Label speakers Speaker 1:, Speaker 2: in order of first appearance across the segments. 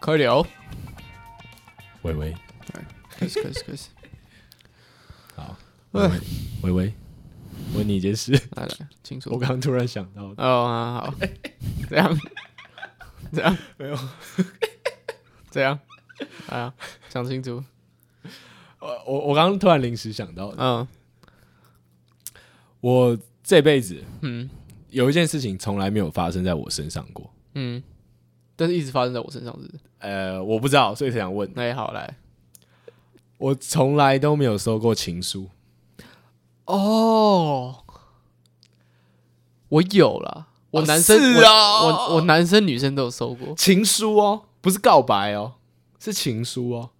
Speaker 1: 开聊，
Speaker 2: 微微，
Speaker 1: 开始开始开始，
Speaker 2: 好，微
Speaker 1: 哎
Speaker 2: 微，微微，问你一件事，
Speaker 1: 来来，请说。
Speaker 2: 我刚刚突然想到，
Speaker 1: 哦，啊好，这样，这样
Speaker 2: 没有，
Speaker 1: 这 样，哎呀，讲清楚。
Speaker 2: 我呃我我刚刚突然临时想到，
Speaker 1: 嗯
Speaker 2: 我这辈子
Speaker 1: 嗯
Speaker 2: 有一件事情从来没有发生在我身上过，
Speaker 1: 嗯，但是一直发生在我身上，是不是？
Speaker 2: 呃，我不知道，所以才想问，
Speaker 1: 那也哎好，来。
Speaker 2: 我从来都没有收过情书，
Speaker 1: 哦，我有啦，我
Speaker 2: 哦
Speaker 1: 男生
Speaker 2: 是
Speaker 1: 我
Speaker 2: 啊
Speaker 1: 我我男生女生都有收过。
Speaker 2: 情书哦，不是告白哦，是情书哦，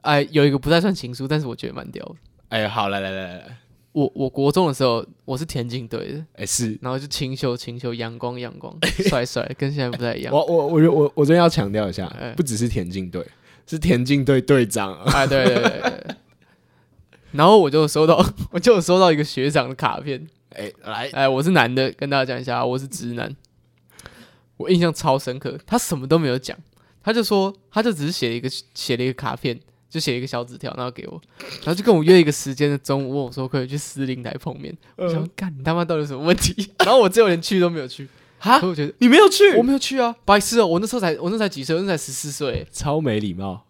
Speaker 1: 哎，有一个不太算情书，但是我觉得蛮屌的。
Speaker 2: 哎，好，来来来来来，
Speaker 1: 我我国中的时候，我是田径队的，
Speaker 2: 哎是。
Speaker 1: 然后就清秀清秀，阳光阳 光，帅帅，跟现在不太一样。
Speaker 2: 我我我我我真的要强调一下
Speaker 1: 哎，
Speaker 2: 不只是田径队，是田径队队长啊，
Speaker 1: 哎，对对对对对。然后我就收到， 我就有收到一个学长的卡片。
Speaker 2: 哎，来，
Speaker 1: 哎，我是男的，跟大家讲一下啊，我是直男。我印象超深刻，他什么都没有讲，他就说，他就只是写了一个写了一个卡片，就写了一个小纸条，然后给我，然后就跟我约一个时间的中午，问我说可不可以去司令台碰面。我想
Speaker 2: 呃
Speaker 1: 说，干你他妈到底有什么问题？ 然后我最后连去都没有去，
Speaker 2: 哈
Speaker 1: 所以我觉得
Speaker 2: 你没有去
Speaker 1: 啊我没有去啊，白痴哦、我那时候才我那时候才几岁，我那时候才十四岁，
Speaker 2: 超没礼貌。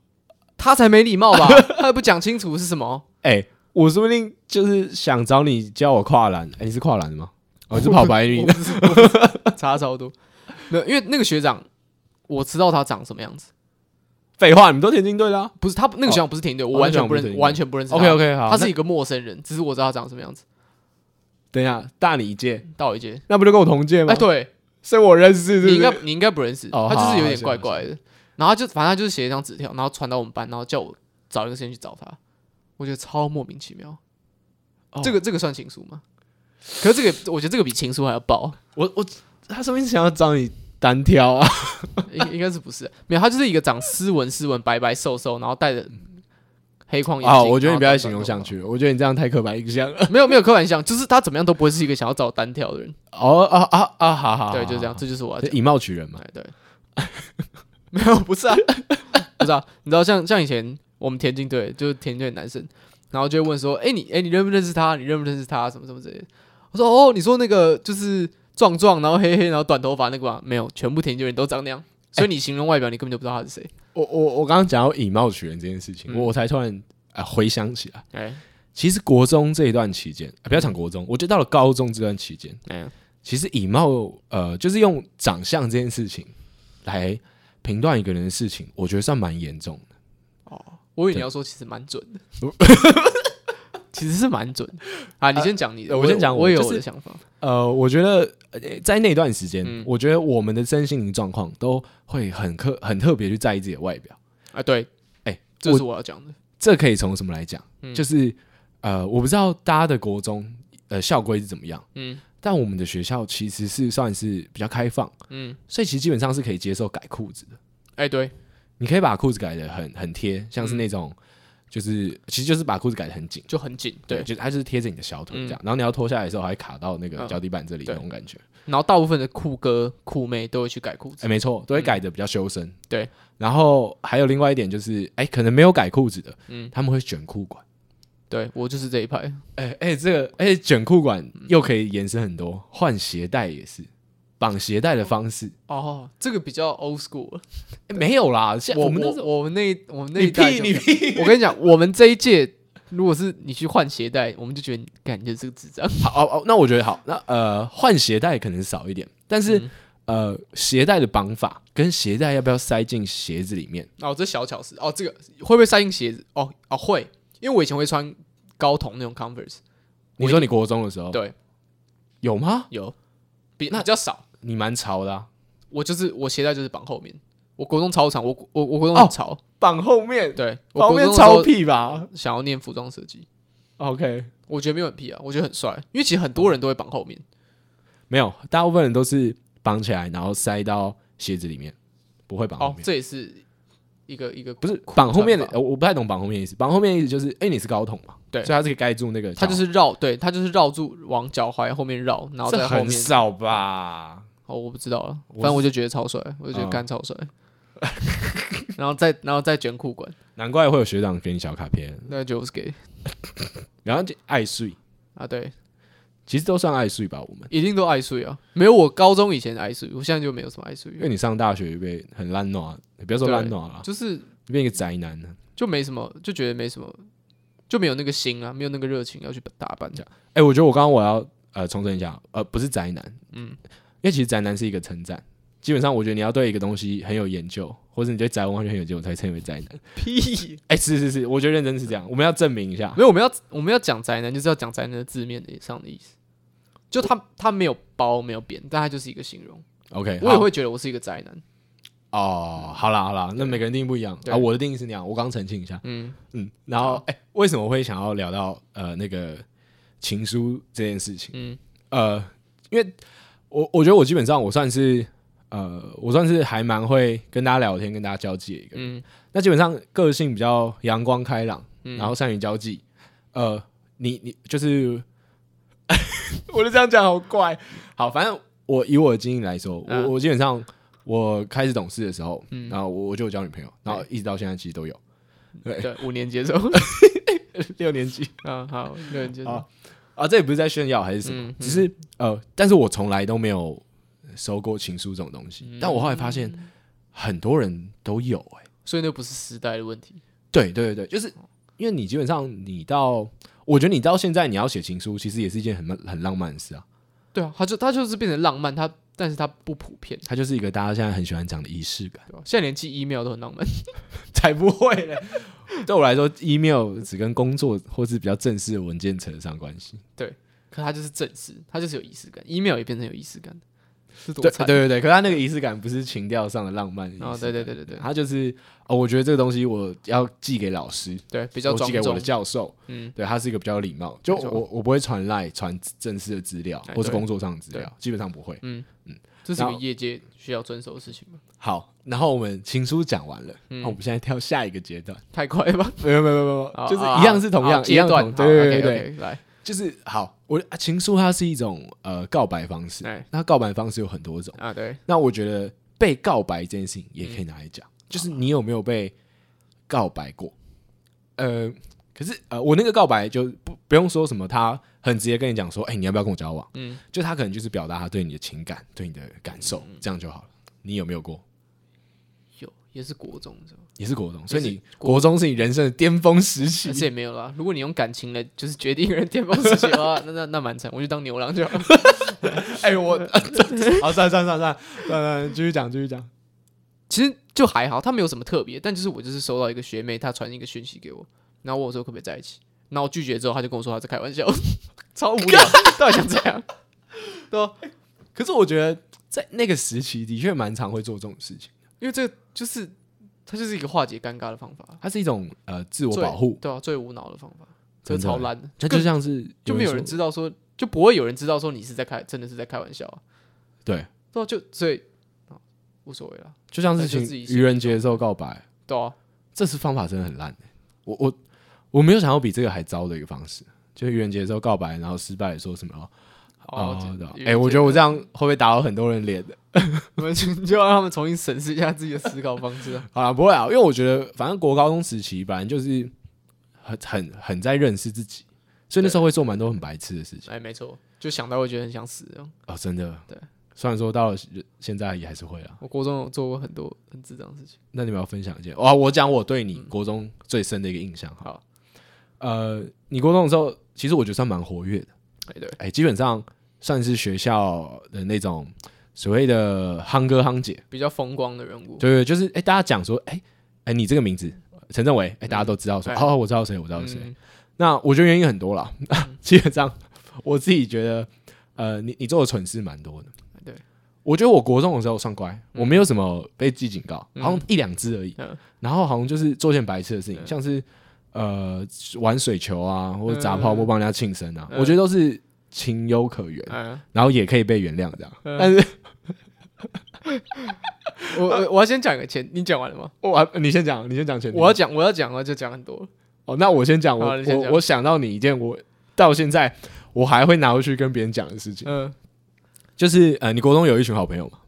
Speaker 1: 他才没礼貌吧？ 他还不讲清楚是什么？
Speaker 2: 哎、我说不定就是想找你教我跨栏。哎、你是跨栏的吗？我、是跑百米
Speaker 1: 我
Speaker 2: 的。
Speaker 1: 不是我不是 差超多。没有，因为那个学长，我知道他长什么样子，
Speaker 2: 废话，你们都田径队的、啊。
Speaker 1: 不是他那个学长不是田队，我完全不认
Speaker 2: 哦那个学长不是田，队啊
Speaker 1: 我完全不认识他。
Speaker 2: OK OK，好。
Speaker 1: 他是
Speaker 2: 那
Speaker 1: 一个陌生人，只是我知道他长什么样子。
Speaker 2: 等一下大你一届，
Speaker 1: 道一届，
Speaker 2: 那不就跟我同届吗？
Speaker 1: 哎，，对
Speaker 2: 所以我认识，
Speaker 1: 你
Speaker 2: 是不
Speaker 1: 应该
Speaker 2: 是？
Speaker 1: 你应该不认识，
Speaker 2: 哦
Speaker 1: 他就是有点
Speaker 2: 好好
Speaker 1: 怪怪的。然后他就反正他就是写一张纸条，然后传到我们班，然后叫我找一个时间去找他。我觉得超莫名其妙
Speaker 2: 哦。
Speaker 1: 这个这个算情书吗？可是这个我觉得这个比情书还要爆。
Speaker 2: 我我他说不定想要找你单挑啊。
Speaker 1: 应应该是不是？没有，他就是一个长斯文斯文、白白瘦瘦，然后戴着黑框眼镜。
Speaker 2: 啊，我觉得你不要再形容
Speaker 1: 上
Speaker 2: 上
Speaker 1: 去。
Speaker 2: 去了，我觉得你这样太刻板印象 了。
Speaker 1: 没有没有刻板印象，就是他怎么样都不会是一个想要找单挑的人。
Speaker 2: 哦啊啊啊，好好，好
Speaker 1: 对，就是这样，
Speaker 2: 好
Speaker 1: 这就是我要
Speaker 2: 好
Speaker 1: 讲。
Speaker 2: 以貌取人嘛。
Speaker 1: 哎，对， 没有，不是啊，不是啊，你知道像像以前我们田径队就是田径队的男生，然后就会问说，哎、你哎、你认不认识他？你认不认识他？什么什么之类的。我说哦，你说那个就是壮壮，然后黑黑，然后短头发那个吧？没有，全部田径人都长那样，
Speaker 2: 哎
Speaker 1: 所以你形容外表，你根本就不知道他是谁。
Speaker 2: 我我我刚刚讲到以貌取人这件事情，
Speaker 1: 嗯
Speaker 2: 我我才突然啊、回想起来，
Speaker 1: 哎
Speaker 2: 其实国中这一段期间、啊，不要讲国中，我觉得到了高中这段期间，
Speaker 1: 哎，
Speaker 2: 其实以貌呃，就是用长相这件事情来评断一个人的事情，我觉得算蛮严重的。
Speaker 1: 我以为
Speaker 2: 对
Speaker 1: 你要说其实蛮准的， 其实是蛮准的啊。你先讲你的，
Speaker 2: 呃我
Speaker 1: 有
Speaker 2: 先讲我
Speaker 1: 我也有
Speaker 2: 就是
Speaker 1: 我的想法。
Speaker 2: 呃，我觉得、呃在那段时间，
Speaker 1: 嗯
Speaker 2: 我觉得我们的身心灵状况都会很特很特别去在意自己的外表。
Speaker 1: 啊，对，
Speaker 2: 哎
Speaker 1: 这是我要讲的。
Speaker 2: 这可以从什么来讲？
Speaker 1: 嗯
Speaker 2: 就是呃，我不知道大家的国中呃校规是怎么样，
Speaker 1: 嗯
Speaker 2: 但我们的学校其实是算是比较开放，
Speaker 1: 嗯，
Speaker 2: 所以其实基本上是可以接受改裤子的。
Speaker 1: 哎，对，
Speaker 2: 你可以把裤子改的很很贴，像是那种、就是其实就是把裤子改的很紧。
Speaker 1: 就很紧，
Speaker 2: 对，
Speaker 1: 对。嗯
Speaker 2: 就它就是贴着你的小腿这样，然后你要脱下来的时候还会卡到那个脚底板这里
Speaker 1: 对
Speaker 2: 那种感觉。
Speaker 1: 然后大部分的酷哥酷妹都会去改裤
Speaker 2: 哎，
Speaker 1: 子，
Speaker 2: 没错，都会改的比较修身。
Speaker 1: 对，
Speaker 2: 然后还有另外一点就是，哎，可能没有改裤子的，
Speaker 1: 嗯
Speaker 2: 他们会卷裤管。
Speaker 1: 对我就是这一派。
Speaker 2: 哎哎，这个哎卷裤管又可以延伸很多，换鞋带也是，绑鞋带的方式
Speaker 1: 哦，这个比较 old school 了。
Speaker 2: 哎没有啦，像
Speaker 1: 我
Speaker 2: 们那时候
Speaker 1: 我我们那一我们那
Speaker 2: 你
Speaker 1: 一代
Speaker 2: 屁
Speaker 1: 就，
Speaker 2: 你屁，
Speaker 1: 我跟你讲，我们这一届如果是你去换鞋带，我们就觉得你感觉是个智障。
Speaker 2: 好哦哦，那我觉得好，那呃换鞋带可能少一点，但是
Speaker 1: 嗯
Speaker 2: 呃鞋带的绑法跟鞋带要不要塞进鞋子里面，
Speaker 1: 哦，这小巧思哦，这个会不会塞进鞋子？哦哦会，因为我以前会穿高筒那种 Converse，
Speaker 2: 你说你国中的时候
Speaker 1: 对，
Speaker 2: 有吗？
Speaker 1: 有比
Speaker 2: 那
Speaker 1: 比较少。
Speaker 2: 你蛮潮的、啊，
Speaker 1: 我就是我鞋带就是绑后面，我国中超长，我我我国中很
Speaker 2: 哦
Speaker 1: 潮，
Speaker 2: 绑后面，
Speaker 1: 对，我
Speaker 2: 绑
Speaker 1: 国
Speaker 2: 面
Speaker 1: 中的时
Speaker 2: 超
Speaker 1: 候
Speaker 2: 屁吧
Speaker 1: 想要念服装设计，
Speaker 2: ？OK，
Speaker 1: 我觉得没有很屁啊，我觉得很帅，因为其实很多人都会绑后面，
Speaker 2: 没有，大部分人都是绑起来，然后塞到鞋子里面，不会绑后
Speaker 1: 哦，
Speaker 2: 面。
Speaker 1: 这也是一个一个
Speaker 2: 不是绑后面的
Speaker 1: 穿，法
Speaker 2: 呃我不太懂绑后面的意思。绑后面的意思就是，哎、你是高筒嘛？
Speaker 1: 对
Speaker 2: 所以它是可以盖住那个脚，
Speaker 1: 他就是绕，对他就是绕住往脚踝后面绕，然后
Speaker 2: 这
Speaker 1: 在后
Speaker 2: 很
Speaker 1: 面
Speaker 2: 少吧？
Speaker 1: 哦，我不知道了，
Speaker 2: 我
Speaker 1: 反正我就觉得超帅，我就觉得
Speaker 2: 嗯
Speaker 1: 干超 帅，然后再然后再卷裤管，
Speaker 2: 难怪会有学长给你小卡片，
Speaker 1: 那就是 gay
Speaker 2: 然后就爱睡，
Speaker 1: 啊，对，
Speaker 2: 其实都算爱睡吧，我们，
Speaker 1: 一定都爱睡啊，没有我高中以前爱睡，我现在就没有什么爱睡
Speaker 2: 因，为你上大学被很烂暖，你不要说烂暖了，
Speaker 1: 就是
Speaker 2: 你变一个宅男啊了。
Speaker 1: 就没什么，就觉得没什么，就没有那个心啊，没有那个热情要去打扮这样，
Speaker 2: 哎、我觉得我刚刚我要呃重申一下，呃，不是宅男，嗯，因为其实宅男是一个称赞，基本上我觉得你要对一个东西很有研究，或者你对宅文化圈很有研究，才称为宅男。
Speaker 1: 屁，
Speaker 2: 哎、是是是，我觉得认真是这样，我们要证明一下。
Speaker 1: 没有，我们要我们要讲宅男，就是要讲宅男的字面的上的意思，就他他没有褒没有贬，但他就是一个形容，
Speaker 2: OK，
Speaker 1: 我也
Speaker 2: 好
Speaker 1: 会觉得我是一个宅男，
Speaker 2: 哦，好啦好啦，那每个人定义不一样
Speaker 1: 对
Speaker 2: 啊。我的定义是那样，我刚澄清一下。
Speaker 1: 嗯，
Speaker 2: 嗯，然后
Speaker 1: 好
Speaker 2: 哎、为什么会想要聊到呃那个情书这件事情？
Speaker 1: 嗯，
Speaker 2: 呃，因为我我觉得我基本上我算是呃我算是还蛮会跟大家聊天、跟大家交际的一个人。
Speaker 1: 嗯
Speaker 2: 那基本上个性比较阳光开朗，然后善于交际。呃，你你就是 我就这样讲好怪。好，反正我以我的经验来说，
Speaker 1: 嗯
Speaker 2: 我我基本上我开始懂事的时候，
Speaker 1: 嗯
Speaker 2: 然后我我就有交女朋友，然后一直到现在其实都有
Speaker 1: 对，五年级的时候，
Speaker 2: 六年级
Speaker 1: 嗯，好，六年级的时候
Speaker 2: 啊，啊，这也不是在炫耀还是什
Speaker 1: 嗯
Speaker 2: 么，
Speaker 1: 嗯
Speaker 2: 只是呃，但是我从来都没有收过情书这种东
Speaker 1: 嗯
Speaker 2: 西。但我后来发现很多人都有、欸，
Speaker 1: 所以那不是时代的问题，
Speaker 2: 对对对，就是因为你基本上你到，我觉得你到现在你要写情书，其实也是一件很很浪漫的事啊。
Speaker 1: 对啊，他就他就是变成浪漫，他但是他不普遍，
Speaker 2: 它就是一个大家现在很喜欢讲的仪式感，
Speaker 1: 对吧？现在连寄 email 都很浪漫，
Speaker 2: 才不会嘞。对我来说，email 只跟工作或是比较正式的文件扯上关系。
Speaker 1: 可他就是正式，他就是有仪式感，email 也变成有仪式感，是多
Speaker 2: 对
Speaker 1: 惨
Speaker 2: 对对对，可是它那个仪式感不是情调上的浪漫的仪式
Speaker 1: 啊！对对对对对
Speaker 2: 它就是哦，我觉得这个东西我要寄给老师，
Speaker 1: 对，比
Speaker 2: 比
Speaker 1: 较
Speaker 2: 寄
Speaker 1: 庄
Speaker 2: 给我
Speaker 1: 重
Speaker 2: 的，教授，
Speaker 1: 嗯，
Speaker 2: 对，它是一个比较礼貌。就
Speaker 1: 没错
Speaker 2: 我我不会传赖传正式的资料
Speaker 1: 哎
Speaker 2: 或是
Speaker 1: 对
Speaker 2: 工作上的资料，基本上不会。
Speaker 1: 这是一
Speaker 2: 然
Speaker 1: 个
Speaker 2: 后
Speaker 1: 业界需要遵守的事情吗？
Speaker 2: 好，然后我们情书讲完了，
Speaker 1: 嗯
Speaker 2: 那、我们现在跳下一个阶 段，
Speaker 1: 太快了吧？
Speaker 2: 没有没有没有
Speaker 1: 啊
Speaker 2: 就是
Speaker 1: 啊
Speaker 2: 一样是同
Speaker 1: 啊
Speaker 2: 样一
Speaker 1: 阶
Speaker 2: 样
Speaker 1: 段，
Speaker 2: 同
Speaker 1: 好
Speaker 2: 对对对对
Speaker 1: OK，OK，来，
Speaker 2: 就是好，我啊情书它是一种呃告白方式，
Speaker 1: 哎
Speaker 2: 那告白方式有很多种，
Speaker 1: 啊，对，
Speaker 2: 那我觉得被告白这件事情也可以拿来
Speaker 1: 嗯
Speaker 2: 讲，就是你有没有被告白过？呃，可是呃，我那个告白就不不用说什么，他很直接跟你讲说，哎、你要不要跟我交往？
Speaker 1: 嗯，
Speaker 2: 就他可能就是表达他对你的情感、对你的感受，这样就好了。你有没有过？
Speaker 1: 有也是国中是吧？
Speaker 2: 也是国中，所以
Speaker 1: 也是
Speaker 2: 你国中是你人生的巅峰时期
Speaker 1: 但。是也没有啦。如果你用感情来就是决定一个人巅峰时期的话， 那那那蛮惨，我就当牛郎就好了。
Speaker 2: 哎，我 好，算了算了算了算了，继续讲继续讲。
Speaker 1: 其实就还好，他没有什么特别，但就是我就是收到一个学妹，她传一个讯息给我，然后我说可不可以在一起，然后我拒绝之后，她就跟我说她在开玩笑， 超无 聊，到底想怎样？对、啊，
Speaker 2: 可是我觉得在那个时期的确蛮常会做这种事情，
Speaker 1: 因为这个就是它就是一个化解尴尬的方法，
Speaker 2: 它是一种呃自我
Speaker 1: 最
Speaker 2: 保护，
Speaker 1: 对啊，最无脑的方法，这个
Speaker 2: 真的
Speaker 1: 超烂的，
Speaker 2: 那就像是
Speaker 1: 就没有人
Speaker 2: 说
Speaker 1: 知道说，就不会有人知道说你是在开，真的是在开玩笑、啊，
Speaker 2: 对，
Speaker 1: 对、啊，就所以、啊无所谓啦，
Speaker 2: 就像是
Speaker 1: 那就
Speaker 2: 情
Speaker 1: 自己心里
Speaker 2: 愚人节的时候告白，
Speaker 1: 对啊，
Speaker 2: 这次方法真的很烂、欸。我我我没有想到比这个还糟的一个方式，就是愚人节的时候告白，然后失败说什么哦
Speaker 1: 哦
Speaker 2: 哦，对
Speaker 1: 这
Speaker 2: 啊
Speaker 1: 愚人
Speaker 2: 哎，我
Speaker 1: 节
Speaker 2: 觉得我
Speaker 1: 的
Speaker 2: 这样会不会打到很多人脸？
Speaker 1: 我们 就就让他们重新审视一下自己的思考方式啊。
Speaker 2: 好啦，不会啊，因为我觉得反正国高中时期本来就是很很很在认识自己，所以那时候会做蛮多很白痴的事情
Speaker 1: 哎，没错，就想到会觉得很想死这样。
Speaker 2: 哦，真的。
Speaker 1: 对，
Speaker 2: 虽然说到了现在也还是会啊。
Speaker 1: 我国中有做过很多很智障的事情。
Speaker 2: 那你们要分享一件哇，我讲我对你国中最深的一个印象。
Speaker 1: 嗯好，
Speaker 2: 呃，你国中的时候，其实我觉得算蛮活跃的，
Speaker 1: 哎，对，
Speaker 2: 哎、基本上算是学校的那种所谓的夯哥夯姐，
Speaker 1: 比较风光的人物。
Speaker 2: 对对，就是哎、大家讲说，哎、哎、你这个名字陈政伟，哎、大家都知道说，
Speaker 1: 哎
Speaker 2: 哦，我知道谁，我知道谁。
Speaker 1: 嗯，
Speaker 2: 那我觉得原因很多啦， 基本上我自己觉得，呃，你你做的蠢事蛮多的。
Speaker 1: 对，
Speaker 2: 我觉得我国中的时候算乖，我没有什么被记警告，好像一两只而已。
Speaker 1: 嗯
Speaker 2: 然后好像就是做件白痴的事情，像是呃玩水球啊，或者砸泡沫帮人家庆生啊，
Speaker 1: 嗯
Speaker 2: 我觉得都是情有可原，
Speaker 1: 嗯
Speaker 2: 然后也可以被原谅这样。
Speaker 1: 嗯
Speaker 2: 但是
Speaker 1: 我我我要先讲一个前，你讲完了吗？
Speaker 2: 我还你先讲，你先讲前提。
Speaker 1: 我要讲，我要讲了，就讲很多。
Speaker 2: 哦，那我先讲，我
Speaker 1: 好你先
Speaker 2: 我
Speaker 1: 讲
Speaker 2: 我想到你一件我到现在我还会拿回去跟别人讲的事情。
Speaker 1: 嗯，
Speaker 2: 就是呃，你国中有一群好朋友嘛，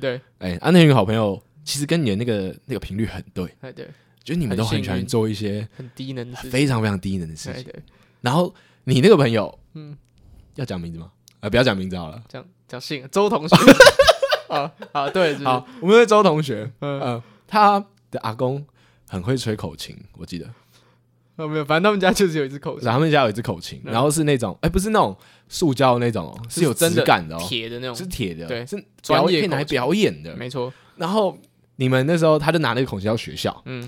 Speaker 1: 对，
Speaker 2: 哎、啊，那群好朋友其实跟你的那个那个频率很对，
Speaker 1: 哎对，
Speaker 2: 就是你们
Speaker 1: 很
Speaker 2: 都很
Speaker 1: 幸
Speaker 2: 喜欢
Speaker 1: 运
Speaker 2: 做一些
Speaker 1: 很低能的事情，
Speaker 2: 非常非常低能的事
Speaker 1: 哎
Speaker 2: 情。
Speaker 1: 对，
Speaker 2: 然后你那个朋友，嗯
Speaker 1: 嗯，
Speaker 2: 要讲名字吗？啊，不要讲名字好了。
Speaker 1: 讲讲姓周同 学，啊啊对，就是
Speaker 2: 好，我们的周同学，
Speaker 1: 嗯
Speaker 2: 呃，他的阿公很会吹口琴，我记得。
Speaker 1: 啊没有，反正他们家就是有一只口琴，
Speaker 2: 然后他们家有一支口琴，
Speaker 1: 嗯
Speaker 2: 然后是那种，哎，不是那种塑胶那种哦，
Speaker 1: 是
Speaker 2: 有质
Speaker 1: 真的
Speaker 2: 感的哦，
Speaker 1: 铁的那
Speaker 2: 是
Speaker 1: 种，
Speaker 2: 铁的，
Speaker 1: 对
Speaker 2: 是
Speaker 1: 专
Speaker 2: 表
Speaker 1: 业
Speaker 2: 演
Speaker 1: 口
Speaker 2: 来
Speaker 1: 琴
Speaker 2: 表演的。
Speaker 1: 没错，
Speaker 2: 然后你们那时候他就拿那个口琴到学校，
Speaker 1: 嗯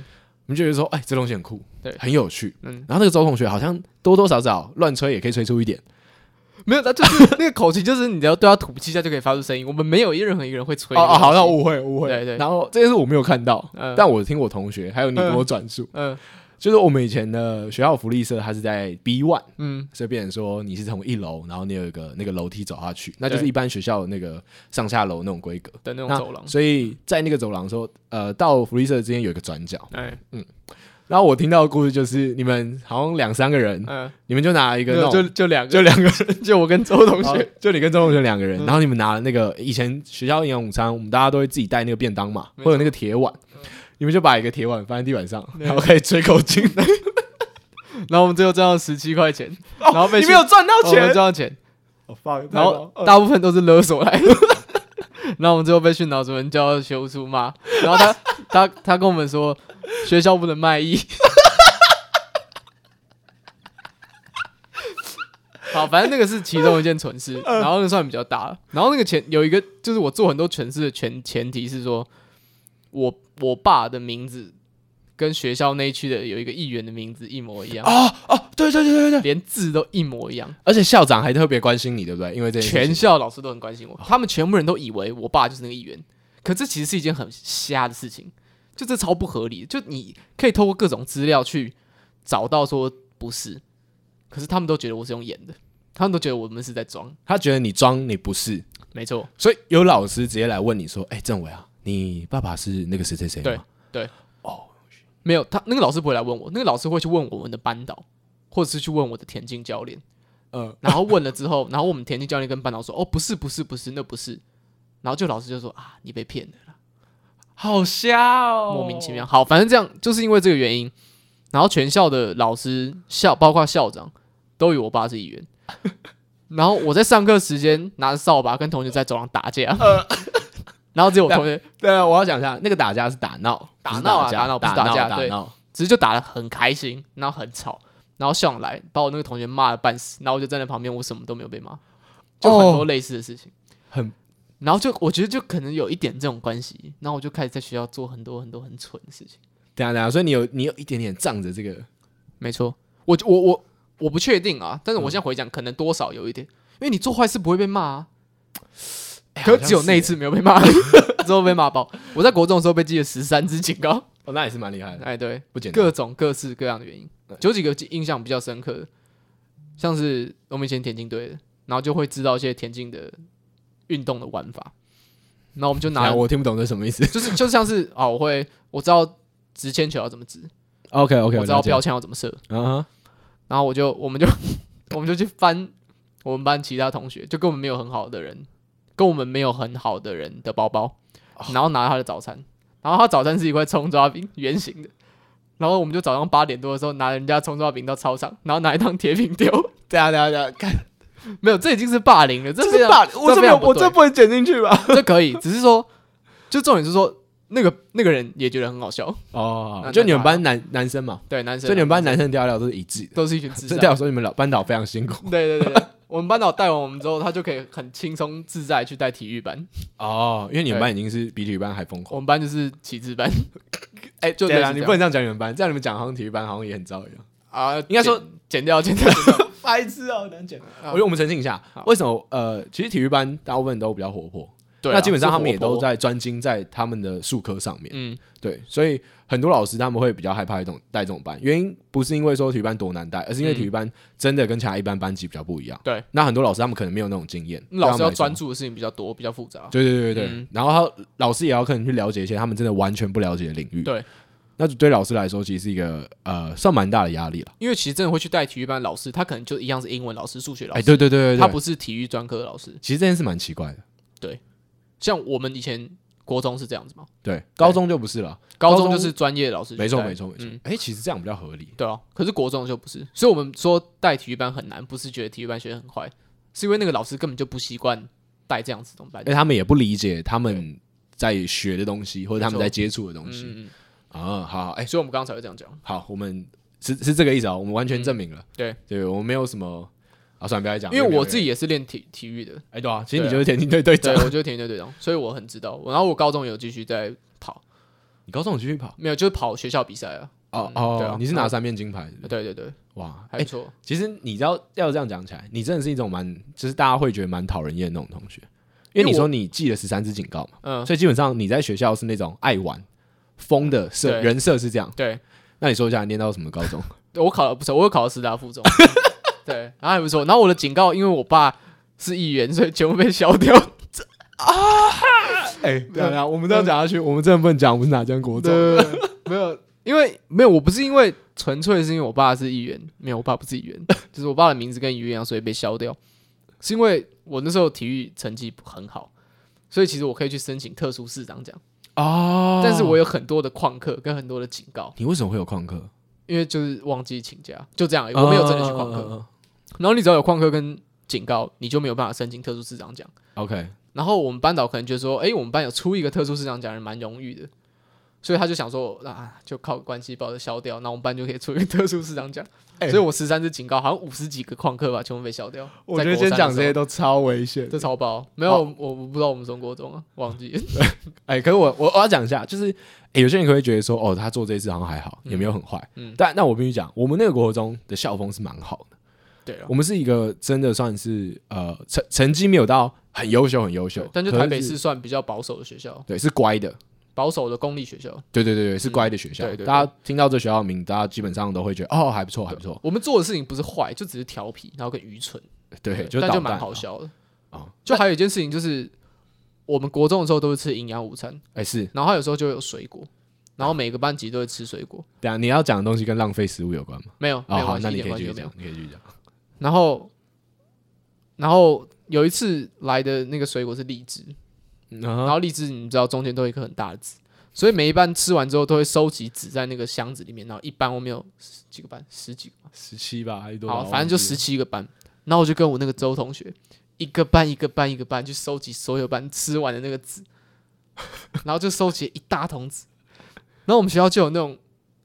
Speaker 2: 我们就觉得说，哎，这东西很酷，
Speaker 1: 对
Speaker 2: 很有趣。
Speaker 1: 嗯，
Speaker 2: 然后那个周同学好像多多少少乱吹也可以吹出一点，
Speaker 1: 没有，他就是那个口琴，就是你只要对他吐气一下就可以发出声音，我们没有任何一个人会吹
Speaker 2: 哦哦，好，那
Speaker 1: 像
Speaker 2: 误会误会。
Speaker 1: 对对
Speaker 2: 然后这件事我没有看到，
Speaker 1: 嗯
Speaker 2: 但我听我同学还有你给我转述，
Speaker 1: 嗯
Speaker 2: 就是我们以前的学校福利社，它是在 B one，
Speaker 1: 嗯
Speaker 2: 所以变成说你是从一楼，然后你有一个那个楼梯走下去，那
Speaker 1: 对
Speaker 2: 就是一般学校的那个上下楼那种规格。
Speaker 1: 的那种
Speaker 2: 那
Speaker 1: 走廊，
Speaker 2: 所以在那个走廊的时候，呃，到福利社之间有一个转角。
Speaker 1: 哎
Speaker 2: 然后我听到的故事就是，你们好像两三个人，
Speaker 1: 嗯，
Speaker 2: 你们就拿一个
Speaker 1: 没
Speaker 2: 那
Speaker 1: 有
Speaker 2: 种
Speaker 1: 就就两个，就两个， 就我跟周同
Speaker 2: 好
Speaker 1: 学，
Speaker 2: 就你跟周同学两个人，
Speaker 1: 嗯
Speaker 2: 然后你们拿了那个以前学校营养午餐，我们大家都会自己带那个便当嘛，
Speaker 1: 没错
Speaker 2: 会有那个铁碗，你们就把一个铁碗放在地板上，然后开始吹口琴，
Speaker 1: 然后我们最后赚到十七块钱，然后被
Speaker 2: 你没有赚到
Speaker 1: 哦我们
Speaker 2: 钱
Speaker 1: 赚，到钱，
Speaker 2: 哦放
Speaker 1: 然
Speaker 2: 然
Speaker 1: 后
Speaker 2: 后
Speaker 1: 大部分都是勒索来的。 然后我们最后被训导主任叫到学务处骂，然后他他他跟我们说，学校不能卖艺。好，反正那个是其中一件蠢事，然后那算比较大了。然后那个前有一个就是我做很多蠢事的前前提是说，我我爸的名字跟学校那一区的有一个议员的名字一模一样，
Speaker 2: 哦哦，对对对对对，
Speaker 1: 连字都一模一样。
Speaker 2: 而且校长还特别关心你，对不对？因为这件事
Speaker 1: 全
Speaker 2: 情
Speaker 1: 校老师都很关心我，他们全部人都以为我爸就是那个议员，可这其实是一件很瞎的事情，就这超不合理的。就你可以透过各种资料去找到说不是，可是他们都觉得我是用演的，他们都觉得我们是在装。
Speaker 2: 他觉得你装你不是，
Speaker 1: 没错，
Speaker 2: 所以有老师直接来问你说：“哎，政委啊，你爸爸是那个谁谁谁吗？”
Speaker 1: 没有他那个老师不会来问我，那个老师会去问我们的班导，或者是去问我的田径教练，
Speaker 2: 嗯，
Speaker 1: 然后问了之后，然后我们田径教练跟班导说：“哦，不是，不是，不是，那不是。”然后就老师就说：“啊，你被骗了。”
Speaker 2: 好瞎哦
Speaker 1: 莫名其妙。。好，反正这样就是因为这个原因，然后全校的老师、校包括校长都以为我爸是议员。 然后我在上课时间拿着扫把跟同学在走廊打架， 然后只有我同学
Speaker 2: 对啊，我要讲一下，那个打架是打闹，
Speaker 1: 打
Speaker 2: 不是
Speaker 1: 闹啊
Speaker 2: 架
Speaker 1: 打闹不是打架
Speaker 2: 打
Speaker 1: 对
Speaker 2: 闹。
Speaker 1: 只是就打得很开心，然后很吵，然后校长来把我那个同学骂了半死，然后我就站在旁边，我什么都没有被骂，就很多类似的事情，
Speaker 2: 很
Speaker 1: 然后就我觉得就可能有一点这种关系，然后我就开始在学校做很多很多很蠢的事情。
Speaker 2: 等一下等一下，所以你有你有一点点仗着这个
Speaker 1: 没错，我我我我不确定啊，但是我现在回想，可能多少有一点，因为你做坏事不会被骂啊，可是
Speaker 2: 哎好
Speaker 1: 欸
Speaker 2: 像
Speaker 1: 只有那一
Speaker 2: 是
Speaker 1: 次没有被 骂，之后被骂爆。我在国中的时候被记了十三次警告，
Speaker 2: 哦，那也是蛮厉害的，
Speaker 1: 哎，对，
Speaker 2: 不简单。
Speaker 1: 各种各式各样的原因
Speaker 2: 对，
Speaker 1: 有几个印象比较深刻的，像是我们以前田径队的，然后就会知道一些田径的运动的玩法，然后我们就拿
Speaker 2: 哎， 我听不懂这什么意思。
Speaker 1: 就是就像是啊，我会我知道直铅球要怎么直，
Speaker 2: OK OK，
Speaker 1: 我知道标枪要怎么射，
Speaker 2: 啊哈，
Speaker 1: 然后我就我们就 我们就去翻我们班其他同学，就跟我们没有很好的人，跟我们没有很好的人的包包，
Speaker 2: 哦
Speaker 1: 然后拿他的早餐，然后他早餐是一块葱抓饼，圆形的。然后我们就早上八点多的时候拿人家葱抓饼到操场，然后拿一趟铁饼丢。
Speaker 2: 对啊对啊对啊，看
Speaker 1: 没有，这已经是霸凌了，这非常
Speaker 2: 我
Speaker 1: 这
Speaker 2: 这
Speaker 1: 非
Speaker 2: 没
Speaker 1: 常
Speaker 2: 有
Speaker 1: 不
Speaker 2: 我
Speaker 1: 对
Speaker 2: 这不能剪进去吧？
Speaker 1: 这可以，只是说，就重点是说，那个那个人也觉得很好笑。
Speaker 2: 哦
Speaker 1: 那
Speaker 2: 就你们班男男生嘛，
Speaker 1: 对，男生，
Speaker 2: 所以你们班男生调啊料都是啊一致的。
Speaker 1: 都是一群智
Speaker 2: 这
Speaker 1: 障
Speaker 2: 代。表说你们老班导非常辛苦
Speaker 1: 对对对对，我们班导带完我们之后，他就可以很轻松自在去带体育班。
Speaker 2: 哦，因为你们班已经是比体育班还疯
Speaker 1: 我
Speaker 2: 狂。
Speaker 1: 们班就是体制班
Speaker 2: 哎，
Speaker 1: 就
Speaker 2: 对
Speaker 1: 类
Speaker 2: 啊，
Speaker 1: 似
Speaker 2: 你
Speaker 1: 这
Speaker 2: 不能这样讲你们班，这样你们讲好像体育班好像也很糟一样。
Speaker 1: 啊，
Speaker 2: 应该说
Speaker 1: 减减掉 减掉，减掉
Speaker 2: 白痴啊，难讲。
Speaker 1: 啊
Speaker 2: 我觉得我们澄清一下
Speaker 1: 好，
Speaker 2: 为什么呃，其实体育班大部分都比较活泼，
Speaker 1: 对啊，
Speaker 2: 那基本上他们也
Speaker 1: 是活
Speaker 2: 都
Speaker 1: 泼，
Speaker 2: 在专精在他们的术科上面。
Speaker 1: 嗯，
Speaker 2: 对，所以很多老师他们会比较害怕这种带这种班，原因不是因为说体育班多难带，而是因为
Speaker 1: 嗯
Speaker 2: 体育班真的跟其他一般班级比较不一样。
Speaker 1: 对，
Speaker 2: 那很多老师他们可能没有那种经验，
Speaker 1: 老师要专
Speaker 2: 注。
Speaker 1: 注的事情比较多，比较复杂，
Speaker 2: 对对对对对，
Speaker 1: 嗯
Speaker 2: 然后他老师也要可能去了解一些他们真的完全不了解的领域。
Speaker 1: 对，
Speaker 2: 那对老师来说，其实是一个呃算蛮大的压力了。
Speaker 1: 因为其实真的会去带体育班的老师，他可能就一样是英文老师、数学老
Speaker 2: 哎，
Speaker 1: 师，
Speaker 2: 对对对对
Speaker 1: 他
Speaker 2: 对，
Speaker 1: 不是体育专科的老师。
Speaker 2: 其实这件事蛮奇怪的。
Speaker 1: 像我们以前国中是这样子嘛，
Speaker 2: 对，高中就不是了，
Speaker 1: 高
Speaker 2: 高
Speaker 1: 中
Speaker 2: 中
Speaker 1: 就是专业的老师去带，
Speaker 2: 没错没错没错
Speaker 1: 嗯。
Speaker 2: 哎，其实这样比较合理。
Speaker 1: 对啊，可是国中就不是，所以我们说带体育班很难，不是觉得体育班学生很坏，是因为那个老师根本就不习惯带这样子怎么办？
Speaker 2: 哎，他们也不理解他们在学的东西，或者他们在接触的东
Speaker 1: 嗯，
Speaker 2: 西
Speaker 1: 嗯嗯
Speaker 2: 啊。好，好哎，
Speaker 1: 所以我们刚才会这样讲，
Speaker 2: 好，我们是是这个意思啊，我们完全证明了。
Speaker 1: 嗯对，
Speaker 2: 对我们没有什么啊，算了，不要再讲，
Speaker 1: 因为我自
Speaker 2: 己
Speaker 1: 己也是练体体育的，
Speaker 2: 哎，对啊，其实
Speaker 1: 对啊
Speaker 2: 你就是田径队队
Speaker 1: 对，
Speaker 2: 长，
Speaker 1: 我就是田径队队长，所以我很知道。然后我高中有继续在跑，
Speaker 2: 你高中有继续跑
Speaker 1: 没有就是跑学校比赛啊，
Speaker 2: 哦
Speaker 1: 对啊
Speaker 2: 哦，你是拿三面金牌是不是
Speaker 1: 对对对，
Speaker 2: 哇，
Speaker 1: 还不
Speaker 2: 哎，
Speaker 1: 错，
Speaker 2: 其实你要要这样讲起来，你真的是一种蛮，就是大家会觉得蛮讨人厌的那种同学，因
Speaker 1: 因为
Speaker 2: 为你
Speaker 1: 我
Speaker 2: 说你记了十三次警告嘛，
Speaker 1: 嗯，
Speaker 2: 所以基本上你在学校是那种爱玩疯的设
Speaker 1: 对
Speaker 2: 人设是这样。
Speaker 1: 对，
Speaker 2: 那你说一下你念到什么高 中？
Speaker 1: 对我考的不错，我有考到师大 附中，对，然后还不错。然后我的警告，因为我爸是议员，所以全部被消掉。
Speaker 2: 哎，对啊，我们这样讲下去，我们真的不能讲我们是哪间国中。
Speaker 1: 对， 没有，因为没有，我不是因为纯粹是因为我爸是议员，没有，我爸不是议员，就是我爸的名字跟议员一样，所以被消掉。是因为我那时候体育成绩很好，所以其实我可以去申请特殊市长奖，
Speaker 2: 哦
Speaker 1: 但是我有很多的旷课跟很多的警告，
Speaker 2: 你为什么会有旷课？
Speaker 1: 因为就是忘记请假，就这样而已，我没有真的去旷
Speaker 2: 嗯嗯嗯
Speaker 1: 课。
Speaker 2: 嗯嗯
Speaker 1: 然后你只要有旷课跟警告，你就没有办法申请特殊市长奖。
Speaker 2: OK，
Speaker 1: 然后我们班导可能就说：“哎、我们班有出一个特殊市长奖人，蛮荣誉的。”所以他就想说：“啊，就靠关系把我消掉，那我们班就可以出一个特殊市长奖。
Speaker 2: 哎
Speaker 1: 所以我十三次警告，好像五十几个旷课吧，全部被消掉。
Speaker 2: 我觉得今天讲这些
Speaker 1: 都
Speaker 2: 都超危险。
Speaker 1: 这超爆，没有我我不知道我们中国中啊，忘记了
Speaker 2: 哎、可是我我我要讲一下，就是、哎有些人可能会觉得说，哦，他做这一次好像还好，也没有很坏。
Speaker 1: 嗯
Speaker 2: 但那我必须讲，我们那个国中的校风是蛮好的，
Speaker 1: 对啊了
Speaker 2: 我，们是一个真的算是呃成成绩没有到很优秀很优秀
Speaker 1: 对，但就
Speaker 2: 可是
Speaker 1: 台北市算比较保守的学校，
Speaker 2: 对是乖的，
Speaker 1: 保守的公立学校。
Speaker 2: 对对对对是乖的学
Speaker 1: 嗯
Speaker 2: 校。
Speaker 1: 对对对
Speaker 2: 大家听到这学校的名，大家基本上都会觉得哦还不错还不错，
Speaker 1: 我们做的事情不是坏，就只是调皮，然后跟愚蠢，
Speaker 2: 对，
Speaker 1: 就
Speaker 2: 就
Speaker 1: 但
Speaker 2: 捣
Speaker 1: 就
Speaker 2: 蛋
Speaker 1: 蛮好笑的。
Speaker 2: 啊。
Speaker 1: 就还有一件事情就是，我们国中的时候都是吃营养午餐，
Speaker 2: 哎、是，
Speaker 1: 然后他有时候就会有水果，然后每个班级都会吃水果，
Speaker 2: 等下你要讲的东西跟浪费食物有关吗？
Speaker 1: 没有，没
Speaker 2: 哦
Speaker 1: 有
Speaker 2: 好，
Speaker 1: 关系，
Speaker 2: 那
Speaker 1: 一
Speaker 2: 你
Speaker 1: 点关
Speaker 2: 可以继
Speaker 1: 系都没
Speaker 2: 续讲
Speaker 1: 有，。
Speaker 2: 你可以继续讲。
Speaker 1: 然后，然后有一次来的那个水果是荔枝，然
Speaker 2: 然
Speaker 1: 后荔枝你知道中间都有一颗很大的籽，所以每一班吃完之后都会收集籽在那个箱子里面，然后一班我们有十几个班，十几个
Speaker 2: 十七吧，还是多
Speaker 1: 班，
Speaker 2: 少
Speaker 1: 好，反正就
Speaker 2: 啊忘记
Speaker 1: 十
Speaker 2: 了
Speaker 1: 七个班，然后我就跟我那个周同学一个班一个班一个班去收集所有班吃完的那个 籽，然后就收集一大桶籽，然后我们学校就有那种。